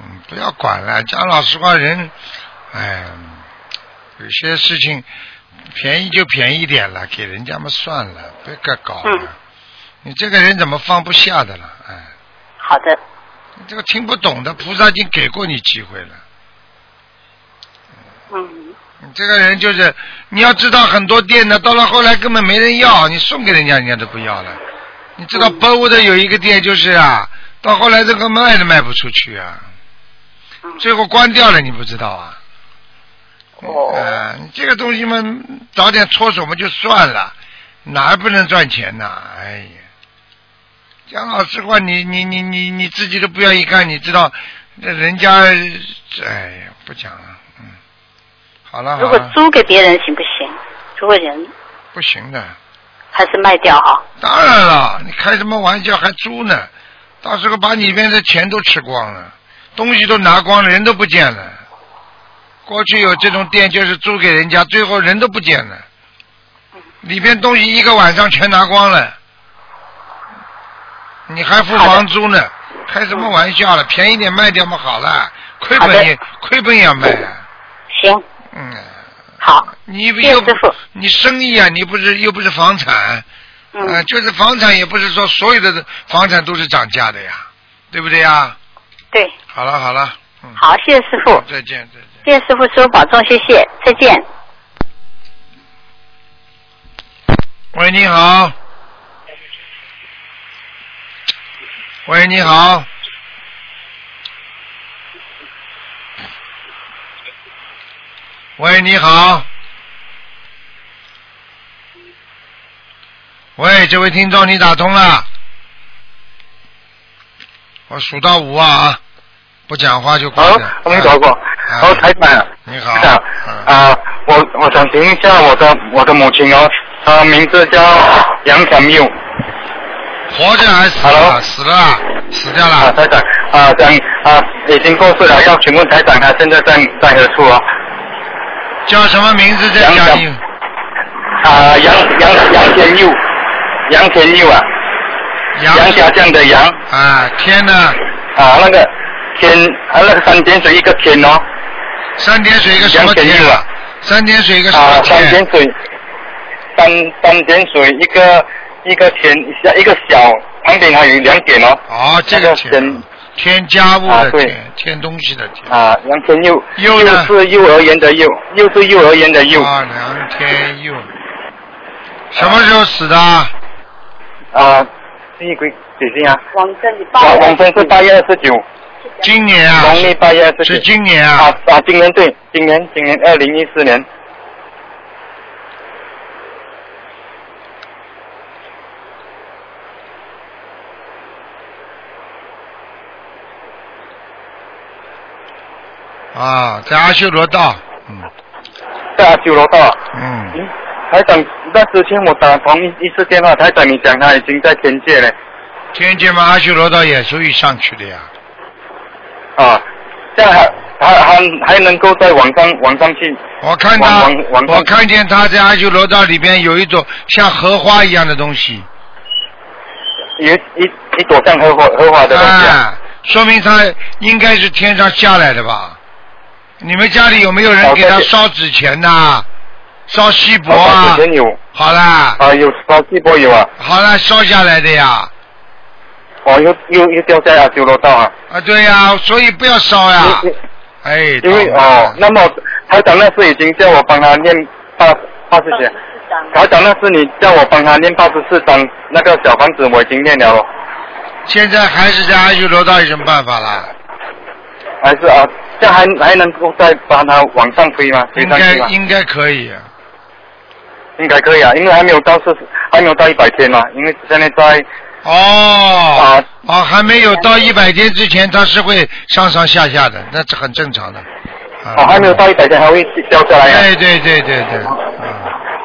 A: 嗯，不要管了。讲老实话，人，哎，有些事情便宜就便宜点了，给人家嘛算了，别个搞了。
E: 嗯
A: 你这个人怎么放不下的了？哎，
E: 好的，
A: 你这个听不懂的，菩萨已经给过你机会了。
E: 嗯，
A: 你这个人就是，你要知道很多店呢，到了后来根本没人要，你送给人家，人家都不要了。你知道
E: 嗯
A: 包的有一个店就是啊，到后来这个卖都卖不出去啊，
E: 嗯
A: 最后关掉了，你不知道啊？
E: 哦
A: 呃，你这个东西嘛，早点搓手嘛就算了，哪儿不能赚钱呐、哎呀，讲老实话，你你你你你自己都不愿意干，你知道，那人家，哎呀，不讲了，嗯，好了好
E: 如果
A: 了，
E: 租给别人行不行？如果人
A: 不行的，
E: 还是卖掉哈、
A: 当然了，你开什么玩笑还租呢？到时候把你里面的钱都吃光了，东西都拿光了，人都不见了。过去有这种店，就是租给人家，最后人都不见了，里边东西一个晚上全拿光了，你还付房租呢？开什么玩笑了？便宜点卖掉嘛，好了，亏
E: 好的
A: 本也亏本也要卖啊，
E: 行，
A: 嗯。
E: 好，
A: 你
E: 谢谢
A: 又
E: 师傅
A: 你生意啊，你不是又不是房产，
E: 嗯，
A: 呃，就是房产也不是说所有的房产都是涨价的呀，对不对呀？
E: 对，
A: 好了好了，嗯，
E: 好，谢谢师傅，
C: 哦
A: 再见再见。
E: 谢谢师傅，师傅保重，谢谢，再见。
A: 喂，你好。喂，你好。喂，你好。喂，这位听众，你打通了。我数到五啊，不讲话就挂
F: 好
A: 掉。，
F: 我没搞过。
A: 啊
F: 好，台长，
A: 你好。
F: 台长，
A: 嗯
F: 啊，我我想请一下我的我的母亲哦，她名字叫杨小缪。
A: 活着还是死了？
F: Hello？
A: 死了，死掉
F: 啊，
A: 了。
F: 台长，啊，想啊，已经过世了，要请问台长她现在在在何处哦？
A: 叫什么名字？再
F: 杨
A: 讲
F: 小
A: 一。
F: 啊，杨杨杨天佑，杨天佑啊，
A: 杨
F: 杨家将的杨
A: 啊，天呢？
F: 啊，那个天啊，那个三点水一个天哦，
A: 三点水一个什么
F: 杨天
A: 天
F: 佑啊？
A: 三点水一个什么
F: 啊，三
A: 天
F: 点？水，三三点水一个一个田下一个小，旁边还有两点哦。
A: 哦，这个
F: 那个
A: 天
F: 天，
A: 添家务的
F: 啊对
A: 添，添东西的添。
F: 啊，杨天佑，
A: 佑
F: 又
A: 呢
F: 是幼儿园的幼，又是幼儿园的幼，
A: 啊，梁天佑，什么时候死的？
F: 啊，第一回几斤啊？
E: 王正，你
F: 啊，我们是八月二十九，
A: 今年啊，
F: 农历八月二
A: 是
F: 十九。
A: 今年
F: 啊
A: 啊，
F: 啊，今年对，今年今年二零一四年，
A: 啊，在阿修罗道。嗯
F: 在阿修罗道啊。
A: 嗯，
F: 嗯，台长，那之前我打同一一次电话，台长你讲他已经在天界了。
A: 天界嘛，阿修罗道也属于上去的呀。
F: 啊，这样还还还还能够在网上网上去
A: 我看他
F: 往往，往
A: 我看见他在阿修罗道里边有一种像荷花一样的东西。
F: 一一一朵像荷花荷花的东西
A: 哎，
F: 啊。
A: 说明他应该是天上下来的吧？你们家里有没有人给他烧纸钱呐、烧锡箔
F: 啊
A: 啊
F: 之？前有
A: 好啦，
F: 啊有烧鸡波有啊，
A: 好啦，烧下来的呀。
F: 哦又又又掉在阿修罗道啊。
A: 啊，对呀、所以不要烧呀
F: 因。因
A: 哎，
F: 因为
A: 懂了
F: 哦，那么台长那次已经叫我帮他念八八十
C: 啊
F: 节，台长那次你叫我帮他念八十四章那个小房子我已经念了哦，
A: 现在还是在阿修罗道有什么办法啦？
F: 还是啊，这样还还能够再帮他往上推吗？推
A: 应
F: 上
A: 该
F: 去吗？
A: 应该可以。
F: 应该可以啊，因为还没有到四十，还没有到一百天嘛，因为现在在
A: 哦
F: 啊，
A: 哦，还没有到一百天之前，它是会上上下下的，那是很正常的。啊
F: 哦还没有到一百天还会掉下来啊。
A: 对对对对对，啊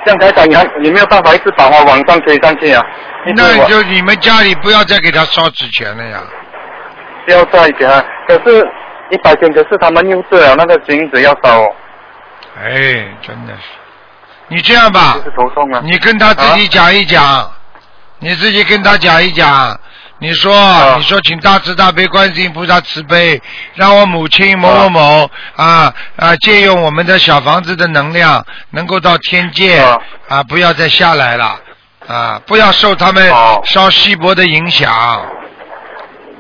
F: 像台长，你看有没有办法一直把它往上推上去啊？因为
A: 那
F: 我
A: 就你们家里不要再给他烧纸钱了呀。
F: 不要再给他，啊可是一百天，可是他们又制了那个金子要烧哦，
A: 哎，真的是。你这样吧
F: 就，是啊头痛啊。
A: 你跟他自己讲一讲，你自己跟他讲一讲。你说，
F: 啊
A: 你说，请大慈大悲观世音菩萨慈悲，让我母亲某某某啊啊，借用我们的小房子的能量，能够到天界
F: 啊
A: 啊，不要再下来了啊，不要受他们
F: 哦
A: 烧锡箔的影响。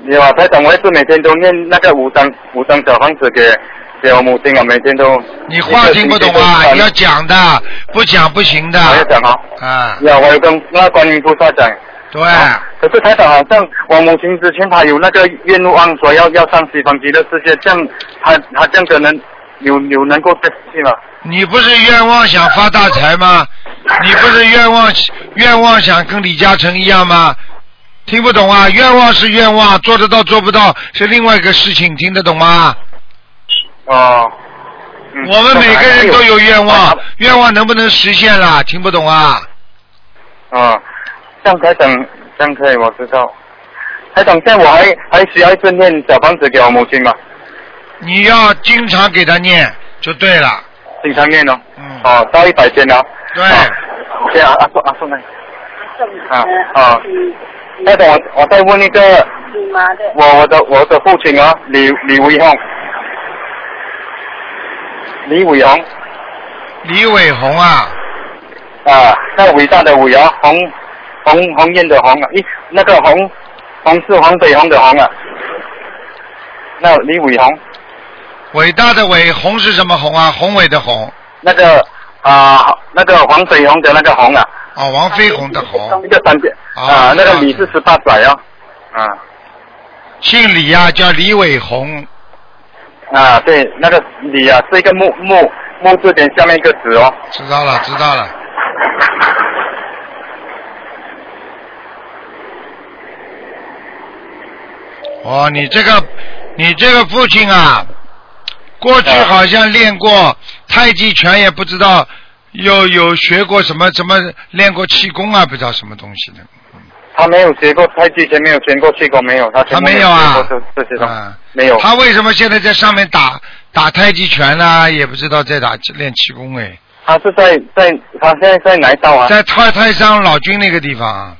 F: 你啊，台长，我一直每天都念那个五张五张小房子给给我母亲啊，每天都。
A: 你话听不懂啊？你要讲的，不讲不行的。
F: 我要讲啊。
A: 啊，
F: 呀，我有跟那观音菩萨讲。
A: 对，
F: 啊可是台长好像我母亲之前她有那个愿望说要要上西方极乐世界，这样她她这样可能有有能够再啊去吗？
A: 你不是愿望想发大财吗？你不是愿望愿望想跟李嘉诚一样吗？听不懂啊？愿望是愿望，做得到做不到是另外一个事情，听得懂吗？
F: 哦。嗯
A: 我们每个人都有愿望
F: 啊，
A: 愿望能不能实现啦？听不懂啊？
F: 啊，这样台长，这样可以，我知道。台长，现在我还还需要一直念小房子给我母亲嘛，
A: 你要经常给他念就对了。
F: 经常念哦。
A: 嗯
F: 哦，到一百天了。
A: 对
F: 啊对啊，阿叔阿叔呢？啊啊
E: 呃嗯
F: 台长，我我再问一个，
E: 你妈的，
F: 我我的我的父亲啊，李李伟宏，李伟宏
A: 李伟红啊，
F: 啊，那伟大的伟啊，红红红艳的红啊，咦，那个红红是黄北红的红啊，那李伟宏。
A: 伟大的伟，红是什么红啊？宏伟的宏，
F: 那个啊、那个黄水红的那个红啊，
A: 哦，王飞鸿的鸿。
F: 一个三点
A: 啊
F: 啊、那个
A: 这样子
F: 李是十八载哦，啊
A: 姓李呀、叫李伟红，
F: 啊，对，那个李啊是一个木木木字边下面一个子哦，
A: 知道了，知道了。哦，你这个，你这个父亲啊，过去
F: 啊
A: 好像练过太极拳，也不知道有有学过什么什么，练过气功啊，不知道什么东西的。
F: 他没有学过太极拳，没有学过气功，没有，他全
A: 他
F: 部
A: 没
F: 有
A: 有啊
F: 学过这这些东西、
A: 啊
F: 没有，
A: 他为什么现在在上面打打太极拳啦、也不知道在打练气功哎，
F: 他是在在他现在在哪一道啊？
A: 在太太上老君那个地方啊，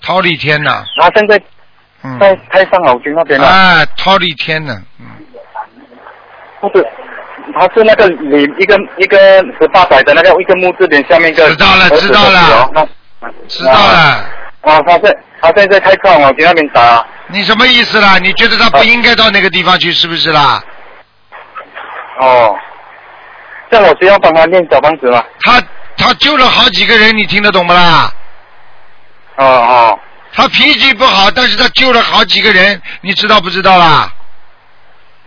A: 桃李天呐、
F: 他现在
A: 嗯，
F: 啊在太上老君那边啊，
A: 啊，桃李天呢，嗯，啊
F: 不是。他是那个李一个一个十八载的那个一个木字边下面一个
A: 知道了
F: 儿子
A: 知道了
F: 的子哦，那
A: 知道
F: 啊
A: 了。
F: 啊，他在他现在在开矿，我去那边打。
A: 你什么意思啦？你觉得他不应该到那个地方去，是不是啦？
F: 哦，这样我需要帮他练小房子嘛？
A: 他他救了好几个人，你听得懂不啦？
F: 哦哦，
A: 他脾气不好，但是他救了好几个人，你知道不知道啦？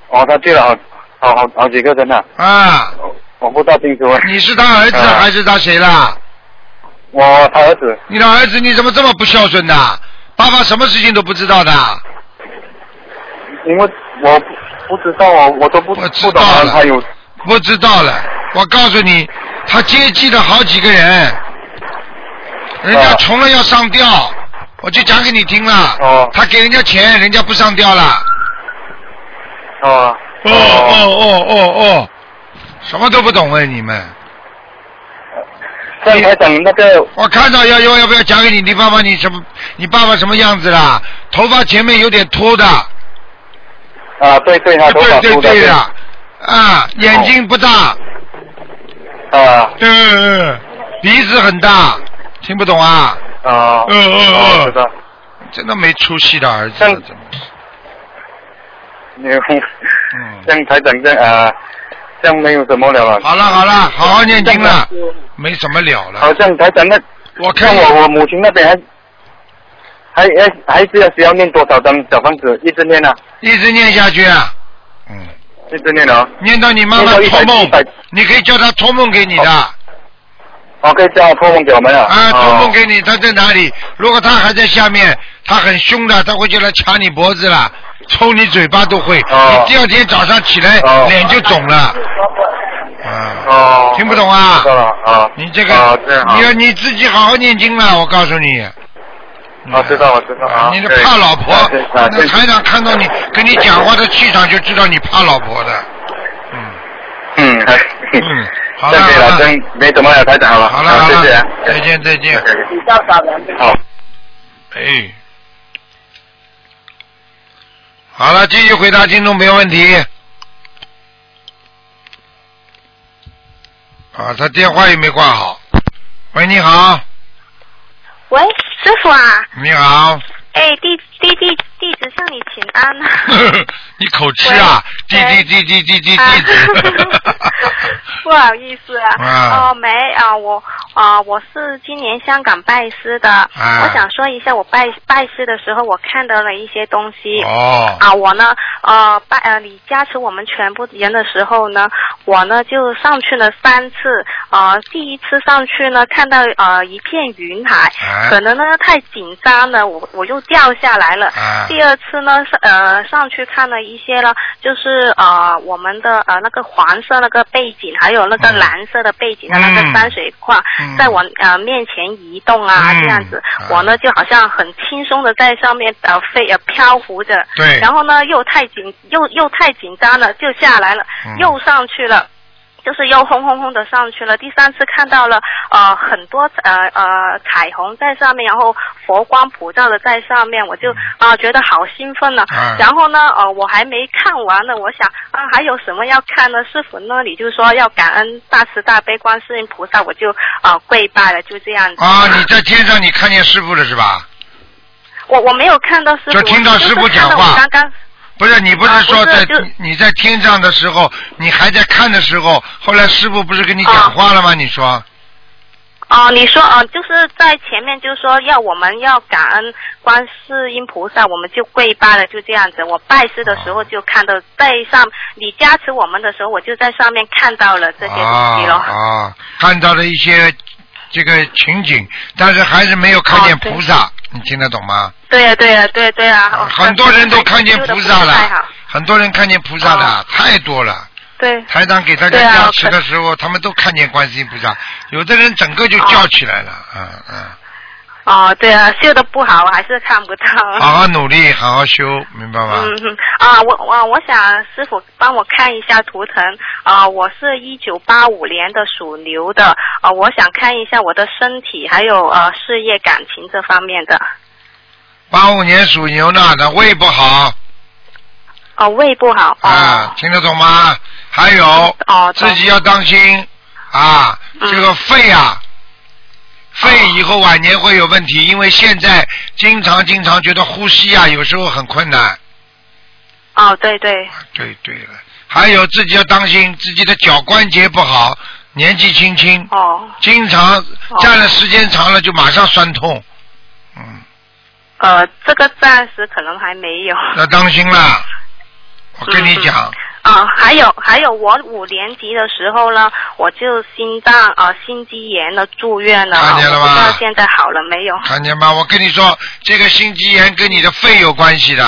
F: 哦，他去了好好好好几个人了，
A: 啊，
F: 我我不大清楚哎。
A: 你是他儿子
F: 啊
A: 还是他谁啦？
F: 我他儿子，
A: 你的儿子你怎么这么不孝顺的？爸爸什么事情都不知道的？
F: 因为我不知道啊，我都不
A: 我知
F: 不懂
A: 道
F: 啊
A: 了
F: 他有
A: 不知道了，我告诉你，他接济了好几个人，人家
F: 啊
A: 穷了要上吊，我就讲给你听了。
F: 哦
A: 他给人家钱，人家不上吊了。
F: 哦
A: 哦哦哦哦哦，什么都不懂哎，你们。
F: 像台长那个
A: 我看到要要要不要讲给你？你爸爸你什么？你爸爸什么样子啦？头发前面有点秃的，
F: 啊，对对，他
A: 啊
F: 头
A: 对
F: 发
A: 对
F: 秃
A: 对的，啊，眼睛不大，
F: 啊
A: 嗯嗯，嗯鼻子很大，听不懂啊？
F: 啊，
A: 嗯嗯嗯
F: 哦知道。
A: 真的没出息的儿子，
F: 像
A: 真的。
F: 没有
A: 嗯，
F: 像台长这样啊，这样没有什么了啊。
A: 好了好了，好好念经了，没什么了
F: 好
A: 了。
F: 像台长那
A: 我
F: 看
A: 看
F: 我我母亲那边还还还还是要需要念多少张小房子？一直念啊，
A: 一直念下去啊，嗯，
F: 一直念啊。
A: 念到你妈妈
F: 念到
A: 托
F: 100
A: 梦
F: 100，
A: 你可以叫她托梦给你的。
F: 哦，可以叫托梦给我们啊。
A: 啊，托梦
F: 哦
A: 给你，他在哪里？如果他还在下面，他很凶的，他会就来掐你脖子了，抽你嘴巴都会。
F: 哦
A: 你第二天早上起来、
F: 哦
A: 脸就肿了。嗯，
F: 哦，
A: 听不懂啊
F: 知道了啊。
A: 你这个，
F: 啊，这样啊
A: 你要你自己好好念经了，我告诉你。
F: 啊，知道了，知道了啊。
A: 你是
F: 对
A: 怕老婆
F: 啊对，啊
A: 那
F: 对
A: 台长看到你跟你讲话的气场就知道你怕老婆 的。嗯
F: 嗯，哎
A: 嗯，好了
F: 这可以
A: 好
F: 了，
A: 了
F: 真没怎么了，台长好了，
A: 好了
F: 啊
A: 好
F: 谢谢
A: 了
F: 啊，，
A: 再见再见。
F: OK，OK，
E: 比较少人。
F: 好。
A: 哎，好了，继续回答听众朋友问题。啊，他电话也没挂好。喂，你好，
G: 喂，师傅啊，
A: 你好，
G: 哎，弟弟弟弟子向你请安。
A: 你口吃啊？滴滴
G: 喂
A: 滴滴滴滴
G: 啊
A: 滴 子。
G: 不好意思啊，
A: 啊
G: 哦没啊，我啊、我是今年香港拜师的，
A: 啊
G: 我想说一下我拜拜师的时候我看到了一些东西。
A: 哦，
G: 啊，我呢，呃，拜呃，你加持我们全部人的时候呢，我呢就上去了三次。呃，第一次上去呢，看到呃一片云海，
A: 哎
G: 可能呢太紧张了，我我又掉下来了。
A: 啊
G: 第二次呢是呃上去看了一些了，就是呃我们的呃那个黄色那个背景，还有那个
A: 嗯
G: 蓝色的背景的那
A: 嗯
G: 个山水画，
A: 嗯
G: 在我呃面前移动啊、
A: 嗯
G: 这样子
A: 啊，
G: 我呢就好像很轻松的在上面呃飞呃漂浮着，
A: 嗯对
G: 然后呢又太紧又又太紧张了，就下来了，
A: 嗯
G: 又上去了。就是又轰轰轰的上去了。第三次看到了呃很多呃呃彩虹在上面，然后佛光普照的在上面，我就啊、觉得好兴奋呢、
A: 嗯
G: 然后呢呃我还没看完呢，我想啊还有什么要看呢？师傅那里就说要感恩大慈大悲观世音菩萨，我就啊、跪拜了，就这样子。
A: 啊，你在天上你看见师傅了是吧？
G: 我我没有看到师傅，
A: 就听到
G: 我就是
A: 师傅讲
G: 看到我
A: 话
G: 刚刚
A: 不是你不是
G: 啊
A: 说
G: 不是
A: 在、
G: 就
A: 你在天上的时候，你还在看的时候，后来师傅不是跟你讲话了吗？你
G: 啊
A: 说
G: 哦，你说啊、就是在前面就是说要我们要感恩观世音菩萨，我们就跪拜了，就这样子。我拜师的时候就看到在上，你加持我们的时候，我就在上面看到了这些东
A: 啊
G: 西咯。
A: 啊，看到了一些这个情景，但是还是没有
G: 啊
A: 看见菩萨，你听得懂吗？
G: 对啊呀、对呀、对、对 呀、哦
A: 很多人都看见菩萨
G: 太好
A: 了，很多人看见菩萨的太多了。
G: 对。
A: 台长给大家
G: 哦对啊
A: 加持的时候，他们都看见观世音菩萨，有的人整个就叫起来了，嗯嗯，
G: 哦，对啊，修的不好，我还是看不到。
A: 好好努力，好好修，明白吗？
G: 嗯嗯啊，我我我想师傅帮我看一下图腾啊，我是一九八五年的属牛的啊，我想看一下我的身体还有呃事业感情这方面的
A: 八五年属牛的，的胃不好
G: 哦、胃不好哦、
A: 啊，听得懂吗？还有
G: 哦懂
A: 自己要当心啊，
G: 嗯哦
A: 这个肺啊，肺以后晚年会有问题，因为现在经常经常觉得呼吸啊，有时候很困难。
G: 哦对对
A: 对对了，还有自己要当心自己的脚关节不好，年纪轻轻，
G: 哦
A: 经常站了时间长了就马上酸痛，嗯，
G: 呃这个暂时可能还没有
A: 要当心啦。我跟你讲，
G: 啊，还有还有我五年级的时候呢，我就心脏啊、呃心肌炎了住院了，
A: 看见了
G: 我不知
A: 吧
G: 道现在好了没有？
A: 看见吗？我跟你说，这个心肌炎跟你的肺有关系的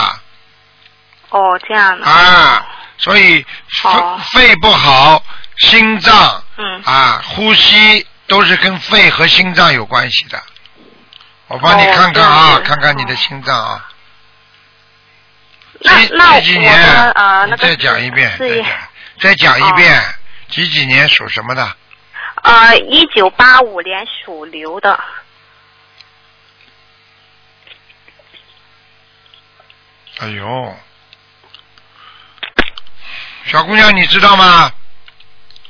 G: 哦这样
A: 啊，所以肺、
G: 哦
A: 肺不好，心脏
G: 嗯
A: 啊、呼吸都是跟肺和心脏有关系的。我帮你
G: 哦
A: 看
G: 这
A: 看
G: 样
A: 啊，
G: 子
A: 看看你的
G: 哦
A: 心脏啊。
G: 那
A: 几
G: 那
A: 几几
G: 我
A: 年？
G: 呢呃那
A: 你
G: 个
A: 再讲一遍，
G: 事
A: 再
G: 业
A: 讲再讲一
G: 哦
A: 遍，几几年属什么的？
G: 呃，一九八五年属牛的。
A: 哎呦，小姑娘，你知道吗？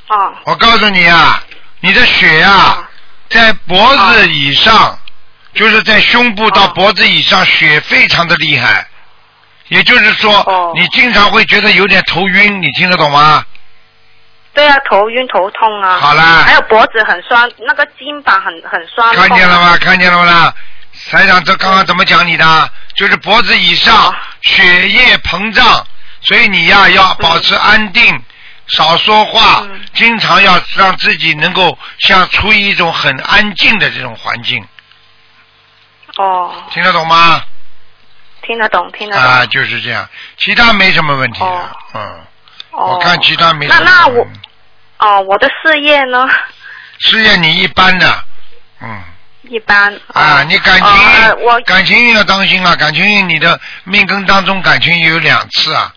G: 哦
A: 我告诉你啊，你的血啊呀、
G: 哦
A: 在脖子以
G: 啊
A: 上，就是在胸部到
G: 哦
A: 脖子以上，血非常的厉害。也就是说，
G: 哦
A: 你经常会觉得有点头晕，你听得懂吗？
G: 对啊，头晕头痛啊。
A: 好啦
G: 还有脖子很酸，那个肩膀很很酸痛。啊
A: 看见了？吗？看见了吗啦？台长，这刚刚怎么讲你的？就是脖子以上
G: 哦
A: 血液膨胀，所以你呀、要保持安定，少说话，
G: 嗯
A: 经常要让自己能够像处于一种很安静的这种环境，
G: 哦，
A: 听得懂吗？
G: 听得懂，听得懂。
A: 啊，就是这样，其他没什么问题的，
G: 哦
A: 嗯，
G: 哦，
A: 我看其他没什
G: 那
A: 么。
G: 那我
A: 嗯
G: 哦，我的事业呢
A: 事业你一般的，嗯。
G: 一般。
A: 啊，你感情运、
G: 呃哦我
A: 感情运要当心啊！感情运你的命根当中感情运有两次啊，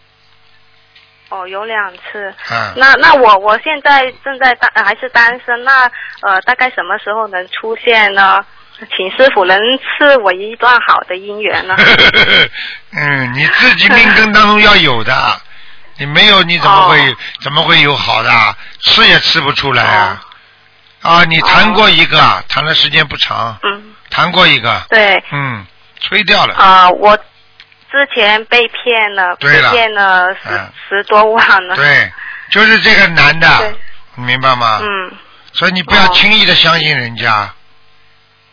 G: 哦，有两次。
A: 嗯，
G: 那那我我现在正在单呃还是单身，那呃大概什么时候能出现呢？请师傅能赐我一段好的 姻缘呢？
A: 嗯，你自己命根当中要有的，啊你没有你怎么会、
G: 哦
A: 怎么会有好的啊？吃也吃不出来啊！
G: 哦
A: 啊，你谈过一个，啊谈了时间不长，
G: 嗯，
A: 谈过一个，
G: 对，
A: 嗯，吹掉了，
G: 啊、我之前被骗了，
A: 对
G: 被
A: 了
G: 骗了十、
A: 嗯
G: 十多万呢。
A: 对，啊就是这个男的
G: 对，
A: 你明白吗？
G: 嗯，
A: 所以你不要
G: 哦
A: 轻易的相信人家，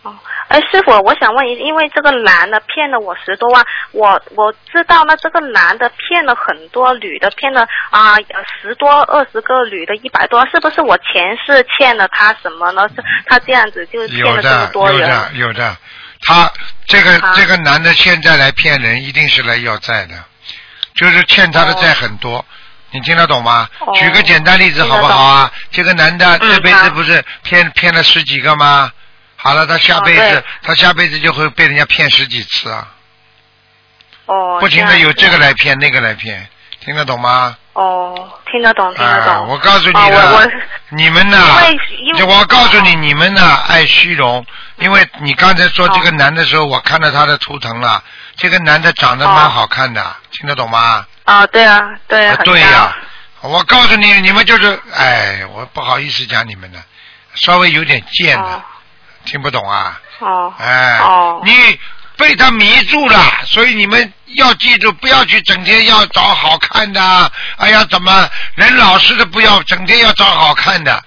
G: 哦，哎，师傅，我想问一，因为这个男的骗了我十多万，我我知道呢，这个男的骗了很多女的，骗了啊十、10多二十个女的，一百多，是不是我前世欠了他什么呢？是他这样子就哦骗
A: 有
G: 了这么
A: 的，
G: 多
A: 有
G: 人？
A: 的，有的。他这个、
G: 啊
A: 这个男的现在来骗人，一定是来要债的，就是欠他的债很多。你听得懂吗？
G: 哦
A: 举个简单例子好不好啊？这个男的
G: 嗯
A: 这辈子
G: 好
A: 不是骗骗了十几个吗？好了，他下辈
G: 哦
A: 子、
G: 对
A: 他下辈子就会被人家骗十几次啊！
G: 哦，
A: 不停的
G: 样
A: 有
G: 子
A: 这个来骗那个来骗，听得懂吗？
G: 哦，听得懂，听得
A: 啊，
G: 懂。
A: 我告诉你
G: 哦，
A: 了，
G: 我我
A: 你们呢？
G: 因为因为
A: 我告诉你，你们呢爱虚荣，因为你刚才说这个男的时候，我看到他的图腾了。这个男的长得蛮好看的，听得懂吗？
G: 啊，对啊，哦对啊
A: 啊，
G: 很
A: 对
G: 大
A: 呀、我告诉你，你们就是哎，我不好意思讲你们的，稍微有点贱的，
G: 哦
A: 听不懂啊？
G: 哦
A: 哎，
G: 哦
A: 你被他迷住了，所以你们要记住，不要去整天要找好看的。哎呀，怎么人老实的不要，整天要找好看的。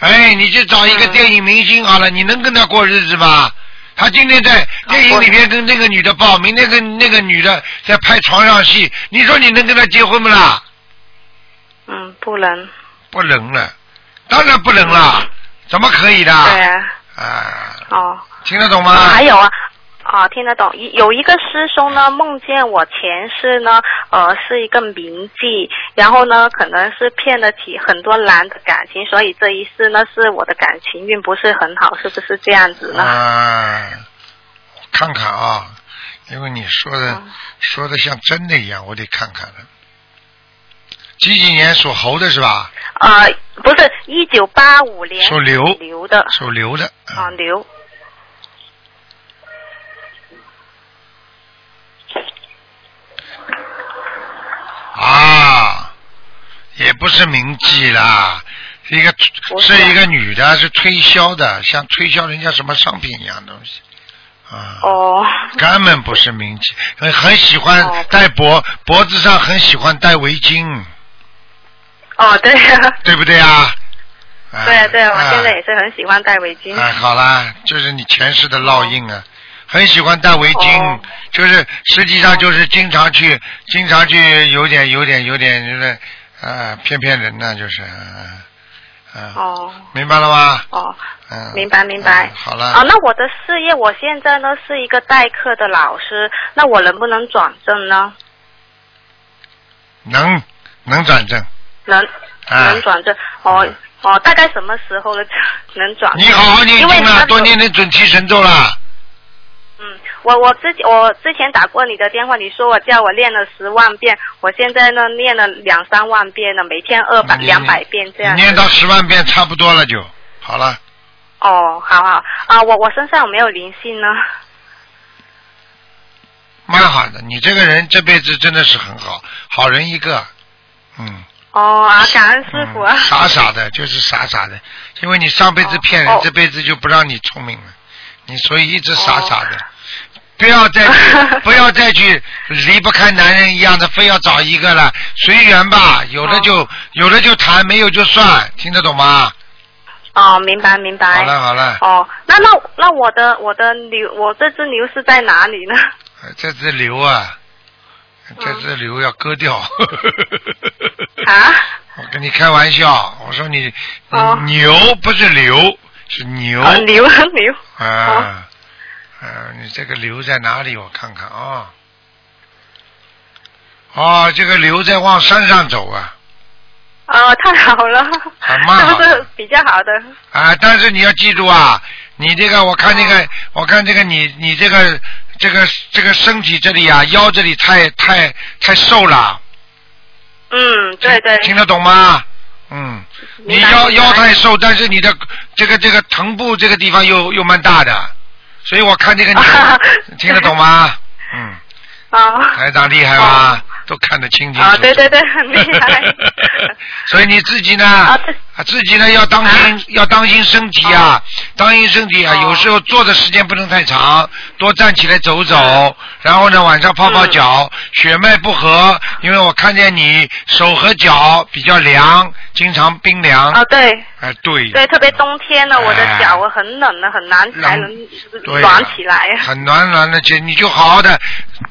A: 哎，你去找一个
G: 嗯
A: 电影明星好了，你能跟他过日子吗？他今天在电影里面跟那个女的
G: 啊
A: 抱，明天跟那个女的在拍床上戏，你说你能跟他结婚不啦？
G: 嗯，不能，
A: 不能了，当然不能了，怎么可以的？
G: 嗯对啊，
A: 啊，
G: 哦。
A: 听得懂吗？
G: 还有啊。啊，听得懂。一有一个师兄呢，梦见我前世呢，呃，是一个名妓，然后呢，可能是骗得起很多男的感情，所以这一世呢，是我的感情运不是很好，是不是这样子呢？
A: 啊，看看啊，因为你说的、
G: 啊
A: 说的像真的一样，我得看看了。几几年属猴的是吧？
G: 呃，不是，一九八五年
A: 属牛，
G: 牛的
A: 属牛的。嗯
G: 啊，牛
A: 啊，也不是名妓啦，是一个
G: 不是
A: 是
G: 啊
A: 一个女的，是推销的，像推销人家什么商品一样的东西。啊。
G: 哦
A: 根本不是名妓，很很喜欢
G: 哦
A: 戴脖脖子上很喜欢戴围巾，
G: 哦，对啊，
A: 对不对啊？啊
G: 对啊对啊，啊我
A: 啊
G: 现在也是很喜欢戴围巾。
A: 哎，好啦，就是你前世的烙印啊，很喜欢戴围巾，
G: 哦
A: 就是实际上就是经常去，经常去有点有点有点就是，呃，骗骗人呢、就是，嗯、嗯
G: 哦
A: 明白了吗？
G: 哦，
A: 嗯，
G: 明白明白
A: 嗯好了，
G: 啊，那我的事业，我现在呢是一个代课的老师，那我能不能转正呢？
A: 能能转正，
G: 能、
A: 啊
G: 能转正？哦
A: 嗯
G: 哦，大概什么时候呢 能转正？
A: 你好好念
G: 因为
A: 经
G: 那
A: 了，
G: 个
A: 多念。点准提神咒啦。
G: 嗯，我我之前我之前打过你的电话，你说我叫我练了十万遍，我现在呢练了两三万遍了，每天二百
A: 你
G: 两百遍这样
A: 你。念到十万遍差不多了就好了，
G: 哦，好好啊，我我身上有没有灵性呢？
A: 蛮好的。你这个人这辈子真的是很好，好人一个，嗯。
G: 哦啊，感恩师傅啊
A: 嗯。傻傻的，就是傻傻的，因为你上辈子骗人，
G: 哦
A: 这辈子就不让你聪明了，你所以一直傻
G: 哦
A: 傻的。不要再 去，不要再去离不开男人一样的，非要找一个了，随缘吧。有的就、有的就谈，没有就算，听得懂吗？
G: 哦，明白明白。
A: 好了好了，
G: 哦，那那那我的我的牛，我这只牛是在哪里 呢？
A: 呃这只瘤啊，
G: 嗯
A: 这只瘤要割掉。
G: 啊？
A: 我跟你开玩笑，我说你、
G: 哦
A: 牛不是瘤，是牛。
G: 哦，牛牛。
A: 啊，啊，你这个瘤在哪里？我看看啊。哦，这个瘤在往山上走啊，
G: 哦，太好了，
A: 啊蛮好
G: 这个 是比较好的。
A: 啊，但是你要记住啊，你这个我看这个，
G: 哦
A: 我看这个你你这个这个这个身体这里啊，腰这里太太太瘦了，
G: 嗯，对对，
A: 听得懂吗？嗯，你
G: 明白
A: 腰
G: 明白
A: 腰太瘦，但是你的这个这个臀部这个地方又又蛮大的，所以我看 这个你听得懂吗？嗯，
G: 哦。
A: 台长厉害吧？都看得清清楚
G: 啊，
A: 楚。
G: 对对对，很厉害。
A: 所以你自己呢，
G: 啊对
A: 啊自己呢要当心，要当心身体啊，当心身体啊。
G: 哦
A: 有时候坐的时间不能太长，多站起来走
G: 嗯
A: 走。然后呢，晚上泡泡脚，血脉不和，因为我看见你手和脚比较凉，经常冰凉。
G: 啊，对
A: 哎，对。
G: 对，特别冬天呢，我
A: 哎
G: 的脚我很冷的，很难才能
A: 对呀
G: 暖起来。
A: 很暖暖的，姐，你就好好的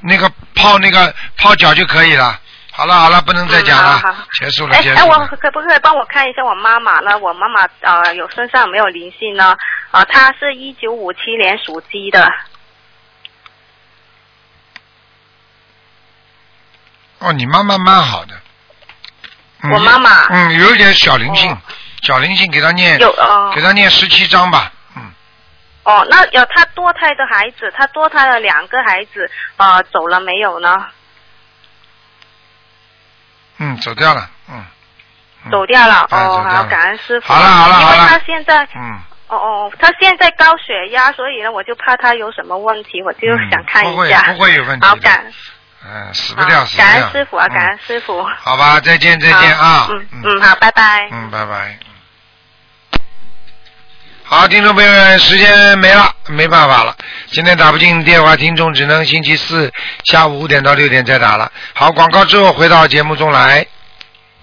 A: 那个泡那个泡脚就可以了。好了好了，不能再讲了
G: 嗯好好好，
A: 结束了
G: 哎
A: 结束
G: 哎，我
A: 了。
G: 可不可以帮我看一下我妈妈呢？我妈妈呃有身上有没有灵性呢？啊、她是一九五七年属鸡的。
A: 哎哦，你妈妈蛮好的。嗯
G: 我妈妈
A: 嗯，有点小灵性
G: 哦，
A: 小灵性给她念，
G: 有哦
A: 给她念十七章吧。嗯，
G: 哦，那有她堕胎的孩子，她堕胎了两个孩子，呃，走了没有呢？
A: 嗯，走掉了。嗯，嗯
G: 走掉了。
A: 哎走
G: 哦，
A: 掉
G: 好
A: 了，
G: 感恩师傅。
A: 好了好了
G: 因
A: 好
G: 为
A: 了
G: 她现在
A: 嗯，
G: 哦哦，他现在高血压，所以呢，我就怕他有什么问题，我就想看一
A: 嗯
G: 下。
A: 不会不会有问题的
G: 好感，
A: 嗯，死不掉，
G: 好
A: 死不掉。
G: 感恩师傅啊，
A: 嗯
G: 感恩师傅。
A: 好吧，再见，再见啊
G: 好。嗯
A: 嗯
G: 嗯，好，拜拜。
A: 嗯，拜拜。嗯好，听众朋友们，时间没了，没办法了。今天打不进电话，听众只能星期四下午五点到六点再打了。好，广告之后回到节目中来。